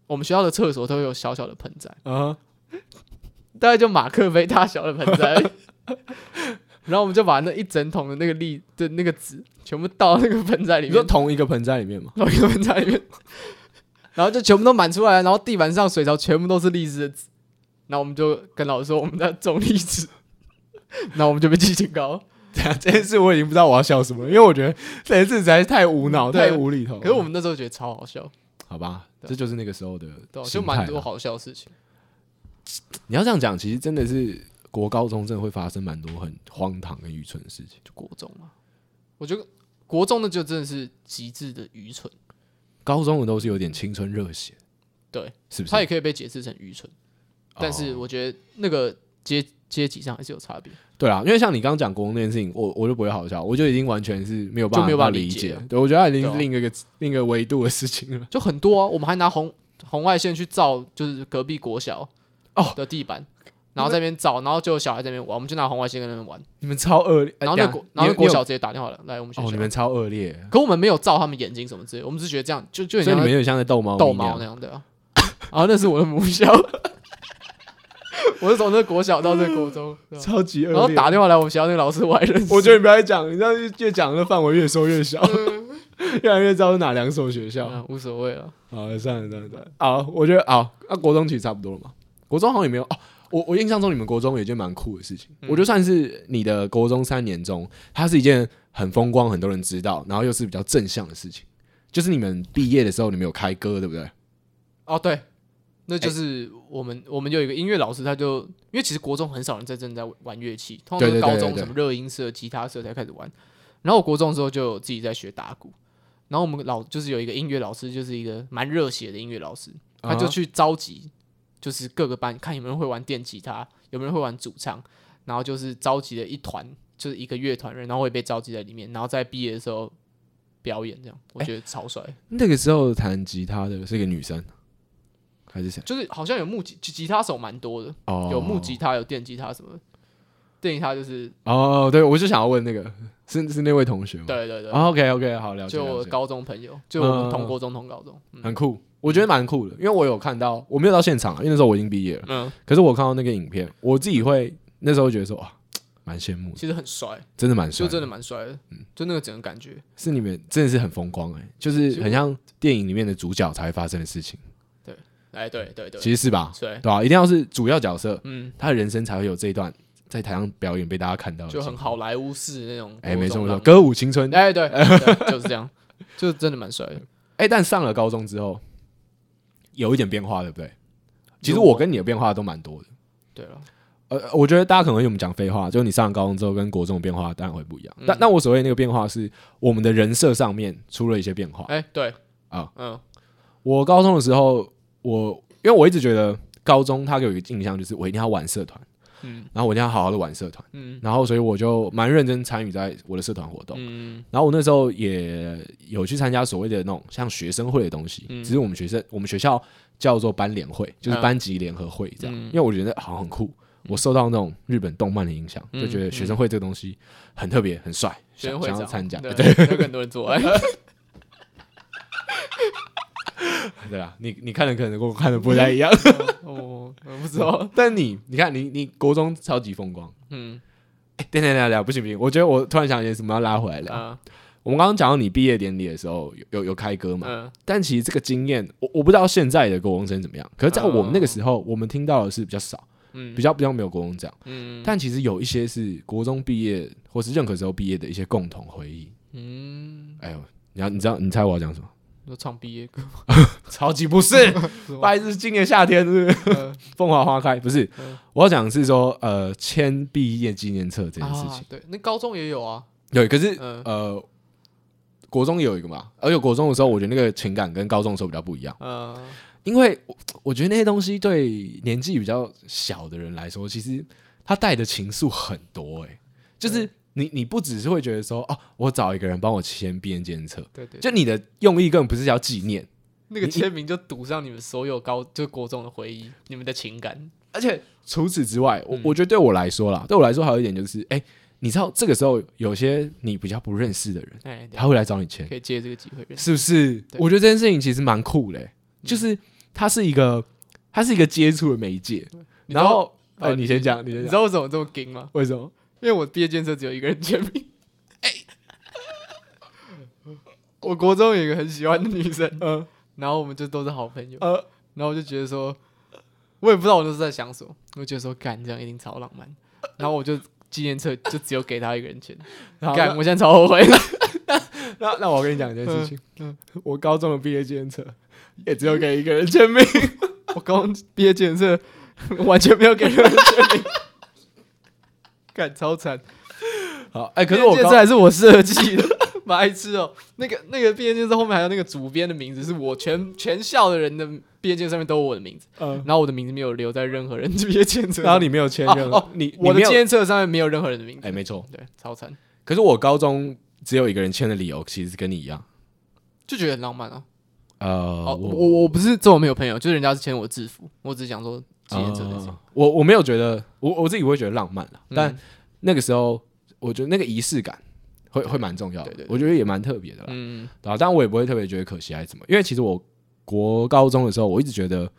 Speaker 1: 我们学校的厕所都会有小小的盆栽，
Speaker 2: 啊。
Speaker 1: 大概就马克杯大小的盆栽而 已。然后我们就把那一整桶的那个粒的那个籽全部倒到那个盆栽里
Speaker 2: 你说
Speaker 1: 面，
Speaker 2: 同一个盆栽里面吗？
Speaker 1: 倒一个盆栽里面， 然后就全部都满出来，然后地板上水槽全部都是荔枝的籽。然后我们就跟老师说我们在种荔枝， 然后我们就被记警告。
Speaker 2: 等下 这件事我已经不知道我要笑什么了，因为我觉得这件事实在是太无脑、
Speaker 1: 对啊
Speaker 2: 太无厘头了。
Speaker 1: 可是我们那时候觉得超好笑，
Speaker 2: 好吧，
Speaker 1: 对
Speaker 2: 这就是那个时候的
Speaker 1: 对、啊，就
Speaker 2: 心态
Speaker 1: 蛮
Speaker 2: 啊
Speaker 1: 多。好笑的事情。
Speaker 2: 你要这样讲，其实真的是国高中真的会发生蛮多很荒唐跟愚蠢的事情。
Speaker 1: 就国中嘛，我觉得国中的就真的是极致的愚蠢，
Speaker 2: 高中的都是有点青春热血，
Speaker 1: 对，
Speaker 2: 是不是？
Speaker 1: 它也可以被解释成愚蠢。但是
Speaker 2: 哦
Speaker 1: 我觉得那个阶阶级上还是有差别。
Speaker 2: 对啦，因为像你刚刚讲国中那件事情，我我就不会好笑，我就已经完全是没有办
Speaker 1: 就
Speaker 2: 法
Speaker 1: 没有办法
Speaker 2: 理
Speaker 1: 理解
Speaker 2: 解
Speaker 1: 了。
Speaker 2: 对，我觉得它已经
Speaker 1: 对
Speaker 2: 是
Speaker 1: 啊
Speaker 2: 另一个另一个维度的事情了。
Speaker 1: 就很多啊，我们还拿红红外线去照，就是隔壁国小
Speaker 2: 哦
Speaker 1: 的地板，然后在那边照，然后就有小孩在那边玩，我们就拿红外线跟那边玩，
Speaker 2: 你们超恶劣，哎
Speaker 1: 然后那
Speaker 2: 等
Speaker 1: 国
Speaker 2: 下
Speaker 1: 然后那
Speaker 2: 你你
Speaker 1: 国
Speaker 2: 有
Speaker 1: 小直接打电话来来我们学
Speaker 2: 哦，你
Speaker 1: 校
Speaker 2: 们，超恶劣，
Speaker 1: 可我们没有照他们眼睛什么之类的，我们只是觉得这样就就很
Speaker 2: 所以你
Speaker 1: 像
Speaker 2: 们有点像在逗猫
Speaker 1: 逗
Speaker 2: 咪那样
Speaker 1: 猫那样的 啊，然后那是我的母校， 我是从那国小到这国中，对吧
Speaker 2: 超级恶
Speaker 1: 然后打电话来我们学校那个老师我还认识，
Speaker 2: 我觉得你不要再讲，你这样越讲，那范围越缩越小， 越来越知道是哪两所学校。
Speaker 1: 嗯无所谓了，
Speaker 2: 好，算了算了算了。好，我觉得好，那、国中其实差不多了嘛。国中好像也没有哦。我我印象中你们国中有一件蛮酷的事情，
Speaker 1: 嗯
Speaker 2: 我就算是你的国中三年中，它是一件很风光，很多人知道，然后又是比较正向的事情。就是你们毕业的时候，你们有开歌，对不对？
Speaker 1: 哦，对，那
Speaker 2: 哎
Speaker 1: 就是我们、我们有一个音乐老师，他就因为其实国中很少人在真的在玩乐器，通常都是
Speaker 2: 对对对
Speaker 1: 高
Speaker 2: 对
Speaker 1: 中
Speaker 2: 对
Speaker 1: 什么热音社、吉他社才开始玩。然后我国中的时候就有自己在学打鼓，然后我们老就是有一个音乐老师，就是一个蛮热血的音乐老师，他
Speaker 2: 啊
Speaker 1: 就
Speaker 2: 哈
Speaker 1: 去召集，就是各个班看有没有人会玩电吉他，有没有人会玩主唱，然后就是召集了一团，就是一个乐团人，然后我也被召集在里面，然后在毕业的时候表演，这样
Speaker 2: 哎
Speaker 1: 我觉得超帅。
Speaker 2: 那个时候弹吉他的是一个女生，还是谁？
Speaker 1: 就是好像有木吉吉吉他手蛮多的，
Speaker 2: 哦，
Speaker 1: 有木吉他，有电吉他什么的。电吉他就是
Speaker 2: 哦，对，我就想要问那个是是那位同学吗？
Speaker 1: 对对对，
Speaker 2: o k OK，好了哦解，
Speaker 1: 就我
Speaker 2: 了
Speaker 1: 的
Speaker 2: 解
Speaker 1: 高中朋友，就我们
Speaker 2: 嗯
Speaker 1: 同国中同高中，嗯
Speaker 2: 很酷，我觉得蛮酷的，因为我有看到，我没有到现场啊，因为那时候我已经毕业了，
Speaker 1: 嗯，
Speaker 2: 可是我看到那个影片，我自己会那时候觉得说哇，蛮羡慕的，
Speaker 1: 其实很帅，
Speaker 2: 真的蛮帅嗯
Speaker 1: 就
Speaker 2: 的，
Speaker 1: 真的蛮帅的，就那个整个感觉，
Speaker 2: 是你们真的是很风光哎、就是很像电影里面的主角才会发生的事情，
Speaker 1: 哎，对对对，
Speaker 2: 嗯其实是吧？
Speaker 1: 对
Speaker 2: 对，啊吧、一定要是主要角色，
Speaker 1: 嗯，
Speaker 2: 他的人生才会有这一段在台上表演被大家看到的
Speaker 1: 就
Speaker 2: 经历，
Speaker 1: 很好莱坞式的那种，
Speaker 2: 哎、没错没错，
Speaker 1: 错，
Speaker 2: 歌舞青春，哎、
Speaker 1: 哎对，对就是这样，就真的蛮帅的。
Speaker 2: 但上了高中之后有一点变化，对不对？其实
Speaker 1: 如果
Speaker 2: 我跟你的变化都蛮多的。
Speaker 1: 对了，
Speaker 2: 呃，我觉得大家可能会觉得我们讲废话，就是你上了高中之后跟国中的变化当然会不一样。
Speaker 1: 嗯
Speaker 2: 但但我所谓那个变化是我们的人设上面出了一些变化。
Speaker 1: 哎对
Speaker 2: 啊，
Speaker 1: 嗯
Speaker 2: 我高中的时候，我因为我一直觉得高中它给我一个印象就是我一定要玩社团，
Speaker 1: 嗯
Speaker 2: 然后我一定要好好的玩社团，
Speaker 1: 嗯
Speaker 2: 然后所以我就蛮认真参与在我的社团活动。
Speaker 1: 嗯
Speaker 2: 然后我那时候也有去参加所谓的那种像学生会的东西，
Speaker 1: 嗯
Speaker 2: 只是我们学生我们学校叫做班联会，就是
Speaker 1: 嗯
Speaker 2: 班级联合会这样。
Speaker 1: 嗯
Speaker 2: 因为我觉得好像很酷，我受到那种日本动漫的影响，
Speaker 1: 嗯
Speaker 2: 就觉得学生会这个东西很特别、很帅，
Speaker 1: 学生
Speaker 2: 想
Speaker 1: 会
Speaker 2: 想要
Speaker 1: 长
Speaker 2: 参加。
Speaker 1: 对
Speaker 2: 对
Speaker 1: 有更多人做爱，哎
Speaker 2: 对啦，你你看的可能跟我看的不太一样，
Speaker 1: 我哦我不知道，
Speaker 2: 但你你看你你国中超级风光。
Speaker 1: 嗯
Speaker 2: 哎，等等等等，不行不行，我觉得我突然想起什么要拉回来聊。
Speaker 1: 啊
Speaker 2: 我们刚刚讲到你毕业典礼的时候有有有开歌嘛？
Speaker 1: 嗯
Speaker 2: 但其实这个经验，我我不知道现在的国中生怎么样。可是，在我们那个时候，我们听到的是比较少，
Speaker 1: 嗯
Speaker 2: 比较比较没有国中这样。
Speaker 1: 嗯
Speaker 2: 但其实有一些是国中毕业或是任何时候毕业的一些共同回忆。
Speaker 1: 嗯，
Speaker 2: 哎呦，你要你知道你猜我要讲什么？
Speaker 1: 都唱毕业 歌，
Speaker 2: 超级不是， 拜是今年夏天是不是凤凰花开，不是
Speaker 1: 嗯？
Speaker 2: 我要讲的是说，呃，签毕业纪念册这件事
Speaker 1: 啊
Speaker 2: 情。，
Speaker 1: 对，那高中也有啊，
Speaker 2: 对，可是
Speaker 1: 嗯
Speaker 2: 呃，国中有一个嘛，而且国中的时候，我觉得那个情感跟高中的时候比较不一样。
Speaker 1: 嗯
Speaker 2: 因为我我觉得那些东西对年纪比较小的人来说，其实他带的情愫很多、欸，就是
Speaker 1: 嗯
Speaker 2: 你你不只是会觉得说哦，我找一个人帮我签毕业监测，
Speaker 1: 对对，
Speaker 2: 就你的用意根本不是要纪念，
Speaker 1: 那个
Speaker 2: 你
Speaker 1: 签名就堵上你们所有高就国中的回忆，你们的情感，
Speaker 2: 而且除此之外，我
Speaker 1: 嗯
Speaker 2: 我觉得对我来说啦，对我来说还有一点就是，哎、你知道这个时候有些你比较不认识的人，
Speaker 1: 哎，
Speaker 2: 他会来找你签，
Speaker 1: 可以借这个机会认识，
Speaker 2: 是不是？
Speaker 1: 对嗯
Speaker 2: 我觉得这件事情其实蛮酷的、欸 就是它是一个它是一个接触的媒介，
Speaker 1: 你知道
Speaker 2: 然后。
Speaker 1: 哦
Speaker 2: 呃，你先讲，你
Speaker 1: 你
Speaker 2: 先
Speaker 1: 知
Speaker 2: 讲，
Speaker 1: 道为什么我这么硬吗？
Speaker 2: 为什么？
Speaker 1: 因为我毕业建设只有一个人签名。哎， 我国中有一个很喜欢的女生，
Speaker 2: 呃
Speaker 1: 然后我们就都是好朋友，
Speaker 2: 呃，
Speaker 1: 然后我就觉得说，我也不知道我那时候在想什么，我觉得说干这样一定超浪漫，然后我就纪念册就只有给她一个人签，
Speaker 2: 好，
Speaker 1: 干
Speaker 2: 那
Speaker 1: 我现在超后悔的，
Speaker 2: 那那我跟你讲一件事情，
Speaker 1: 嗯
Speaker 2: 呃我高中的毕业纪念册也只有给一个人签名，
Speaker 1: 我高中毕业建设 完全没有给任何人签名， 干超惨。
Speaker 2: 好，哎、可是我
Speaker 1: 这
Speaker 2: 高
Speaker 1: 还是我设计的， 白痴哦、那个那个毕业建设后面还有那个主编的名字，是我全全校的人的毕业建设上面都有我的名字，
Speaker 2: 呃，
Speaker 1: 然后我的名字没有留在任何人的毕业建设上面，
Speaker 2: 然后你没有签任何，
Speaker 1: 哦哦
Speaker 2: 你
Speaker 1: 我的
Speaker 2: 你没有
Speaker 1: 纪念册上面没有任何人的名
Speaker 2: 哎、
Speaker 1: 字，
Speaker 2: 没错，
Speaker 1: 对，超惨，
Speaker 2: 可是我高中只有一个人签的理由，其实跟你一样，
Speaker 1: 就觉得很浪漫啊。
Speaker 2: 呃，
Speaker 1: 哦，我我不是这种没有朋友，就是人家是签我制服，我只是想说纪念册的事情
Speaker 2: 呃。我我没有觉得，我我自己不会觉得浪漫了，
Speaker 1: 嗯
Speaker 2: 但那个时候我觉得那个仪式感会会蛮重要的，
Speaker 1: 对对对
Speaker 2: 我觉得也蛮特别的啦。
Speaker 1: 嗯
Speaker 2: 对啊，但我也不会特别觉得可惜还是怎么，因为其实我国高中的时候，我一直觉得，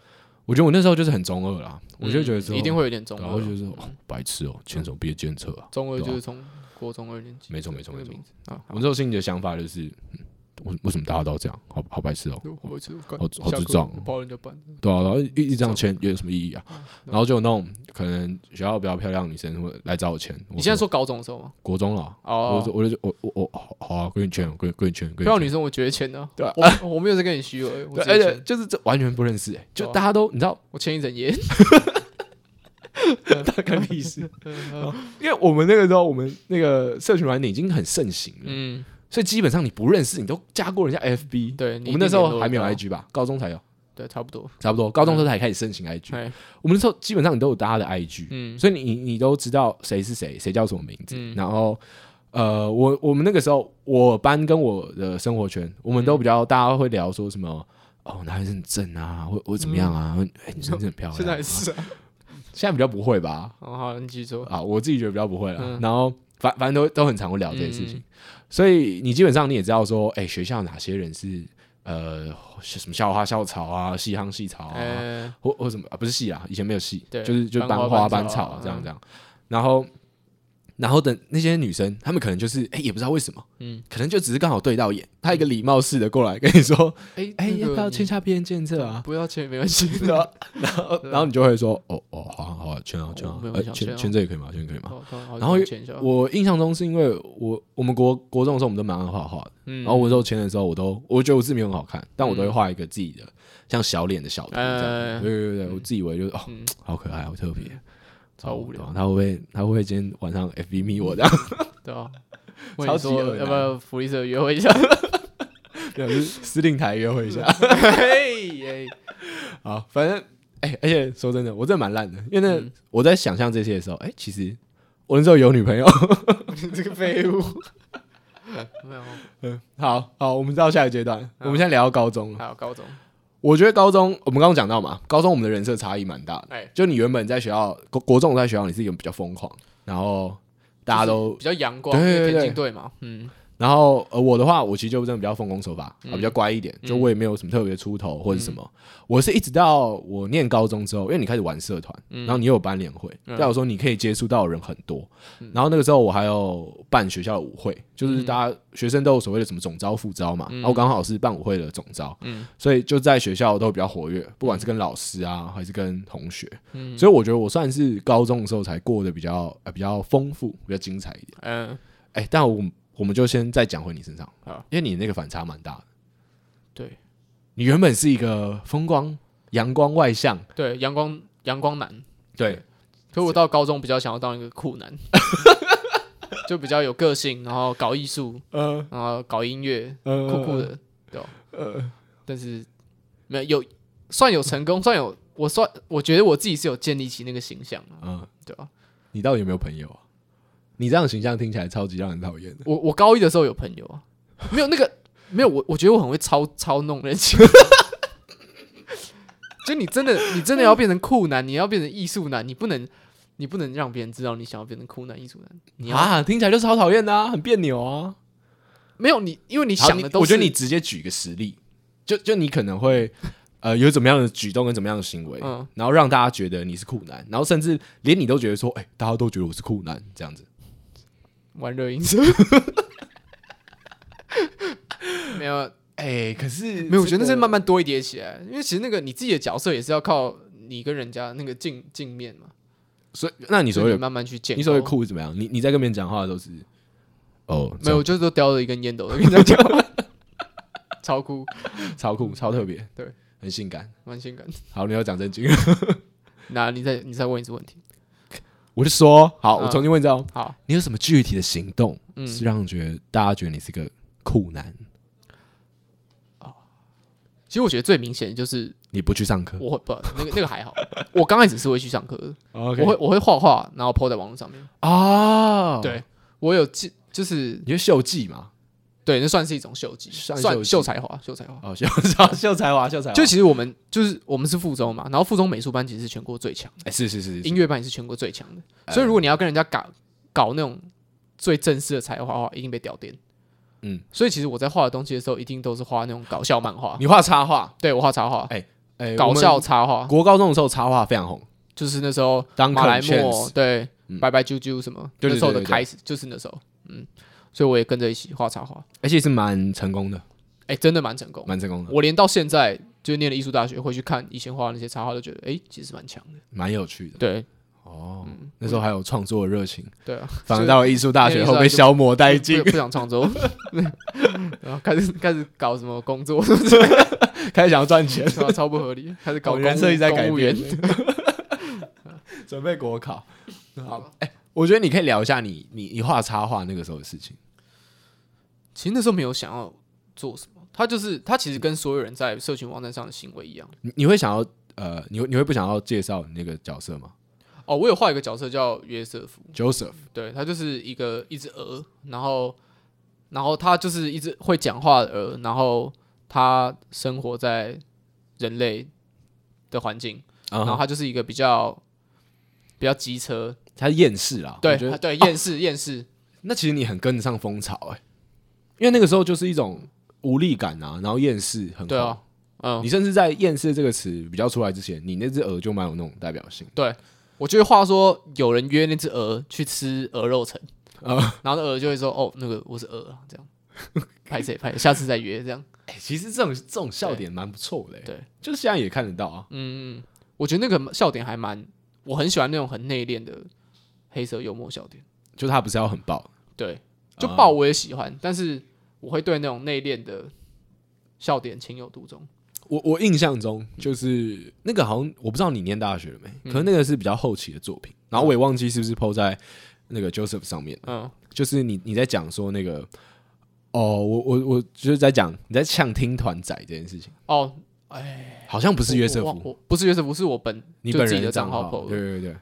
Speaker 2: 我觉得我那时候就是很中二啦，我就觉得说、
Speaker 1: 嗯一定会有点中
Speaker 2: 对啊，我
Speaker 1: 二
Speaker 2: 就觉
Speaker 1: 啊，
Speaker 2: 得说、哦白痴哦，牵手毕业监测啊，
Speaker 1: 中二
Speaker 2: 对啊
Speaker 1: 就是从国中二年级，
Speaker 2: 没错没错
Speaker 1: 那
Speaker 2: 没
Speaker 1: 个
Speaker 2: 错
Speaker 1: 名。字啊，
Speaker 2: 我那时候心里的想法就是，嗯为、为什么大家都要这样，好好白痴哦，
Speaker 1: 我就
Speaker 2: 好好智障哦
Speaker 1: 包人家班，
Speaker 2: 对啊，然后一一直这样签有什么意义啊？
Speaker 1: 嗯
Speaker 2: 然后就有那种可能学校比较漂亮的女生会来找我签，我
Speaker 1: 你现在说高中的时候吗？
Speaker 2: 国中啊了。
Speaker 1: 哦，
Speaker 2: 我就我就我我我好好啊，跟你签，跟你跟你签，跟
Speaker 1: 漂亮
Speaker 2: 你
Speaker 1: 女
Speaker 2: 签。
Speaker 1: 生我绝签的，
Speaker 2: 对啊
Speaker 1: 我我没有在跟你虚伪，我
Speaker 2: 对，
Speaker 1: 直
Speaker 2: 而
Speaker 1: 接
Speaker 2: 且
Speaker 1: 签，
Speaker 2: 就是这完全不认识、欸，就
Speaker 1: 对啊
Speaker 2: 大家都你知道，
Speaker 1: 我签一整 页，
Speaker 2: 大概嗯屁事。因为我们那个时候，我们那个社群软体已经很盛行了，
Speaker 1: 嗯，
Speaker 2: 所以基本上你不认识，你都加过人家 FB。
Speaker 1: 对，
Speaker 2: 我
Speaker 1: 你
Speaker 2: 们那时
Speaker 1: 一定联
Speaker 2: 候
Speaker 1: 络
Speaker 2: 还没有
Speaker 1: 得到
Speaker 2: IG 吧，高中才有，
Speaker 1: 啊对，差不多。
Speaker 2: 差不多。高中时候才开始申请 IG，、
Speaker 1: 哎，
Speaker 2: 我们那时候基本上你都有大家的 IG，、
Speaker 1: 嗯嗯，
Speaker 2: 所以你你都知道谁是谁，谁叫什么名字。
Speaker 1: 嗯
Speaker 2: 然后，呃，我我们那个时候，我班跟我的生活圈，我
Speaker 1: 嗯
Speaker 2: 们都比较大家会聊说什么。哦，男生很正啊，或或怎么样啊？哎、女生真的很漂亮、啊。
Speaker 1: 现在也嗯是啊。
Speaker 2: 现在比较不会吧？
Speaker 1: 哦，好，你继续说。
Speaker 2: 啊，我自己觉得比较不会啦。
Speaker 1: 嗯
Speaker 2: 然后反反正都都很常会聊这些事情，
Speaker 1: 嗯
Speaker 2: 所以你基本上你也知道说，哎、学校哪些人是呃什么校花校草啊、戏夯戏草啊，
Speaker 1: 哎，
Speaker 2: 或或什么啊，不是戏啊，以前没有戏，
Speaker 1: 对
Speaker 2: 就是就
Speaker 1: 班
Speaker 2: 班
Speaker 1: 花
Speaker 2: 花
Speaker 1: 班
Speaker 2: 班
Speaker 1: 草
Speaker 2: 草
Speaker 1: 啊
Speaker 2: 啊这样
Speaker 1: 嗯
Speaker 2: 这样。然后然后等那些女生，她们可能就是哎、也不知道为什么，
Speaker 1: 嗯
Speaker 2: 嗯，可能就只是刚好对到眼，她一个礼貌式的过来跟你说，
Speaker 1: 哎
Speaker 2: 哎、
Speaker 1: 那
Speaker 2: 要
Speaker 1: 个
Speaker 2: 不要签啊
Speaker 1: 你
Speaker 2: 下毕业见证啊？
Speaker 1: 不要签没关 系。
Speaker 2: 然后，然后，然后你就会说，哦哦，好啊好啊，签啊签
Speaker 1: 我
Speaker 2: 啊
Speaker 1: 啊没有，
Speaker 2: 呃
Speaker 1: 想签
Speaker 2: 签
Speaker 1: 啊
Speaker 2: 签这也可以吗？签可以吗？
Speaker 1: 好好好
Speaker 2: 然后
Speaker 1: 你签一下
Speaker 2: 我印象中是因为我我们国国中的时候，我们都蛮爱画画的。
Speaker 1: 嗯
Speaker 2: 然后我那时候签的时候，我都我觉得我自己没有很好看，但我都会画一个自己的像小脸的小图这
Speaker 1: 哎
Speaker 2: 样。对对对，我自以为就是哦
Speaker 1: 嗯，
Speaker 2: 好可爱，好特别，
Speaker 1: 超无聊
Speaker 2: 哦。他会不会他会不会今天晚上 FB 密我这样？
Speaker 1: 对啊，问
Speaker 2: 超
Speaker 1: 你
Speaker 2: 级
Speaker 1: 说
Speaker 2: 恶
Speaker 1: 要不
Speaker 2: 男
Speaker 1: 要福利社约会一下？
Speaker 2: 啊就是司令台约会一下。
Speaker 1: 嘿，哎
Speaker 2: 好，反正哎、而且说真的，我真的蛮烂的，因为那
Speaker 1: 嗯
Speaker 2: 我在想象这些的时候，哎、其实我那时候有女朋友。
Speaker 1: 你 这个废物。没有，
Speaker 2: 嗯， 好好，我们到下一个阶段，
Speaker 1: 嗯
Speaker 2: 我们现在聊到高中了。
Speaker 1: 还有高中，
Speaker 2: 我觉得高中我们刚刚讲到嘛，高中我们的人设差异蛮大的。
Speaker 1: 哎，
Speaker 2: 就你原本在学校国国中在学校，你是一个比较疯狂，然后大家都，
Speaker 1: 比较阳光，
Speaker 2: 对
Speaker 1: 因为
Speaker 2: 对
Speaker 1: 田
Speaker 2: 对
Speaker 1: 径队嘛，嗯，
Speaker 2: 然后呃我的话，我其实就真的比较奉公守法，啊
Speaker 1: 嗯
Speaker 2: 比较乖一点，
Speaker 1: 嗯
Speaker 2: 就我也没有什么特别出头或者什么。我是一直到我念高中之后，因为你开始玩社团，
Speaker 1: 嗯
Speaker 2: 然后你有班联会，
Speaker 1: 嗯
Speaker 2: 代表说你可以接触到的人很多。然后那个时候我还有办学校的舞会，就是大家学生都有所谓的什么总招副招嘛，
Speaker 1: 嗯
Speaker 2: 然后我刚好是办舞会的总招，
Speaker 1: 嗯
Speaker 2: 所以就在学校都比较活跃，不管是跟老师啊，还是跟同学，
Speaker 1: 嗯
Speaker 2: 所以我觉得我算是高中的时候才过得比较呃比较丰富、比较精彩一点。
Speaker 1: 嗯，
Speaker 2: 哎、但我我们就先再讲回你身上
Speaker 1: 好，
Speaker 2: 因为你那个反差蛮大的。
Speaker 1: 对
Speaker 2: 你原本是一个风光、阳光、外向，
Speaker 1: 对，阳光阳光男，
Speaker 2: 对，
Speaker 1: 可我到高中比较想要当一个酷 男，就比较有个性，然后搞艺术，
Speaker 2: 呃
Speaker 1: 然后搞音乐，
Speaker 2: 呃
Speaker 1: 酷酷，的，对吧？但是没有有算有成功，算有我算我觉得我自己是有建立起那个形象啊，
Speaker 2: 嗯、
Speaker 1: 对吧？
Speaker 2: 你到底有没有朋友啊？你这样的形象听起来超级让人讨厌的。
Speaker 1: 我我高一的时候有朋友啊，没有那个没有我，我觉得我很会操操弄人情。 就你真的你真的要变成酷男，你要变成艺术男，你不能你不能让别人知道你想要变成酷男艺术男。你要、
Speaker 2: 啊，听起来就超讨厌的啊，很别扭啊。
Speaker 1: 没有你，因为你
Speaker 2: 好
Speaker 1: 想
Speaker 2: 你
Speaker 1: 的都是
Speaker 2: 我觉得你直接举一个实例，就就你可能会呃有怎么样的举动跟怎么样的行为，
Speaker 1: 嗯
Speaker 2: 然后让大家觉得你是酷男，然后甚至连你都觉得说，哎、大家都觉得我是酷男这样子。
Speaker 1: 玩热 音社，没有
Speaker 2: 哎、可是
Speaker 1: 没有，我觉得那是慢
Speaker 2: 慢
Speaker 1: 慢堆叠起来，因为其实那个你自己的角色也是要靠你跟人家那个镜镜面嘛，
Speaker 2: 所以那你
Speaker 1: 你
Speaker 2: 所谓的
Speaker 1: 慢慢去建构，
Speaker 2: 你所谓酷是怎么样？你你在跟别人讲话都是哦，
Speaker 1: 没有，我就是都叼着一根烟斗在跟人家讲， 超酷，
Speaker 2: 超酷超特别，
Speaker 1: 对，
Speaker 2: 很性感。
Speaker 1: 蛮性感的。
Speaker 2: 好，你要讲正经，
Speaker 1: 那你再你再问一次问题，
Speaker 2: 我就说好，我
Speaker 1: 嗯
Speaker 2: 重新问一下哦，
Speaker 1: 好，
Speaker 2: 你有什么具体的行动
Speaker 1: 嗯，
Speaker 2: 是让觉得大家觉得你是个酷男？
Speaker 1: 其实我觉得最明显的就是
Speaker 2: 你不去上课
Speaker 1: 我会不那个那个还好， 我刚开始是会去上课的，
Speaker 2: 我
Speaker 1: 我会我会画画，然后 PO 在网络上面，
Speaker 2: 啊，
Speaker 1: 对我有记就是
Speaker 2: 你就秀技嘛？
Speaker 1: 对，那算是一种秀技，
Speaker 2: 算
Speaker 1: 算
Speaker 2: 秀技
Speaker 1: 秀才华，秀才华。
Speaker 2: 哦，秀秀才华，秀才华，
Speaker 1: 就其实我们就是我们是附中嘛，然后附中美术班其实是全国最强的，
Speaker 2: 哎是是是是
Speaker 1: 音乐班也是全国最强的，
Speaker 2: 呃
Speaker 1: 所以如果你要跟人家搞搞那种最正式的才华的话，一定被屌颠。
Speaker 2: 嗯，
Speaker 1: 所以其实我在画的东西的时候，一定都是画那种搞笑漫画。
Speaker 2: 你画插画，
Speaker 1: 对我画插画，
Speaker 2: 哎，
Speaker 1: 搞
Speaker 2: 我们
Speaker 1: 笑插画，
Speaker 2: 国高中的时候插画非常红，
Speaker 1: 就是那时候
Speaker 2: 当
Speaker 1: 马来莫
Speaker 2: Chance
Speaker 1: 对
Speaker 2: 嗯
Speaker 1: 白白啾啾什么，
Speaker 2: 对对
Speaker 1: 那时候的
Speaker 2: 对对对
Speaker 1: 开始就是那时候，嗯，所以我也跟着一起画插画，
Speaker 2: 而且是蛮成功的，
Speaker 1: 哎，真的蛮成功。
Speaker 2: 蛮成功的，
Speaker 1: 我连到现在就念了艺术大学，会去看以前画的那些插画，都觉得哎、其实蛮强的。
Speaker 2: 蛮有趣的。
Speaker 1: 对
Speaker 2: 哦，
Speaker 1: 嗯
Speaker 2: 那时候还有创作的热情，
Speaker 1: 对啊，
Speaker 2: 反而
Speaker 1: 所以
Speaker 2: 到了艺术大学后被消磨殆尽
Speaker 1: 不，不想创 作，然后开始开始搞什么工作，
Speaker 2: 开始想要赚钱，
Speaker 1: 对吧？啊超不合理，开始搞
Speaker 2: 搞
Speaker 1: 公务
Speaker 2: 人设一直在改
Speaker 1: 公务员
Speaker 2: 变。，准备国考。好，哎，我觉得你可以聊一下你你你画插画那个时候的事情。
Speaker 1: 其实那时候没有想要做什么，他就是他其实跟所有人在社群网站上的行为一样。
Speaker 2: 你你会想要呃，你会你会不想要介绍你那个角色吗
Speaker 1: 哦，我有画一个角色叫约瑟夫，
Speaker 2: ？Joseph，
Speaker 1: 对他就是一个一只鹅，然后然后他就是一只会讲话的鹅，然后他生活在人类的环境，
Speaker 2: 然
Speaker 1: 然后他就是一个比较比较机车，
Speaker 2: 他是厌世啦，
Speaker 1: 对
Speaker 2: 我觉
Speaker 1: 他
Speaker 2: 得
Speaker 1: 对厌世厌世，
Speaker 2: 那其实你很跟得上风潮哎、因为那个时候就是一种无力感啊，然后厌世很
Speaker 1: 对啊
Speaker 2: 好，，
Speaker 1: 嗯，
Speaker 2: 你甚至在厌世这个词比较出来之前，你那只鹅就蛮有那种代表性。
Speaker 1: 我就会话说有人约那只鹅去吃鹅肉城，
Speaker 2: 啊
Speaker 1: 然后那鹅就会说哦那个我是鹅啊这样，拍谁拍，下次再约这样。
Speaker 2: 哎、其实这种这种笑点蛮不错的、欸，
Speaker 1: 对，
Speaker 2: 就是现在也看得到啊。
Speaker 1: 嗯，我觉得那个笑点还蛮，我很喜欢那种很内敛的黑色幽默笑点。
Speaker 2: 就他不是要很爆，
Speaker 1: 对，
Speaker 2: 啊
Speaker 1: 就爆我也喜欢，但是我会对那种内敛的笑点情有独钟。
Speaker 2: 我我印象中就是那个好像我不知道你念大学了没，
Speaker 1: 嗯
Speaker 2: 可能那个是比较后期的作品，然后我也忘记是不是 PO 在那个 Joseph 上面，
Speaker 1: 嗯，
Speaker 2: 就是你你在讲说那个哦，我我我就是在讲你在呛听团仔这件事情，
Speaker 1: 哦，
Speaker 2: 好像不
Speaker 1: 不
Speaker 2: 是约瑟夫，
Speaker 1: 我不是约瑟夫，是我本
Speaker 2: 你
Speaker 1: 就
Speaker 2: 本
Speaker 1: 自己
Speaker 2: 人
Speaker 1: 的账
Speaker 2: 号
Speaker 1: 号 PO
Speaker 2: 对对对，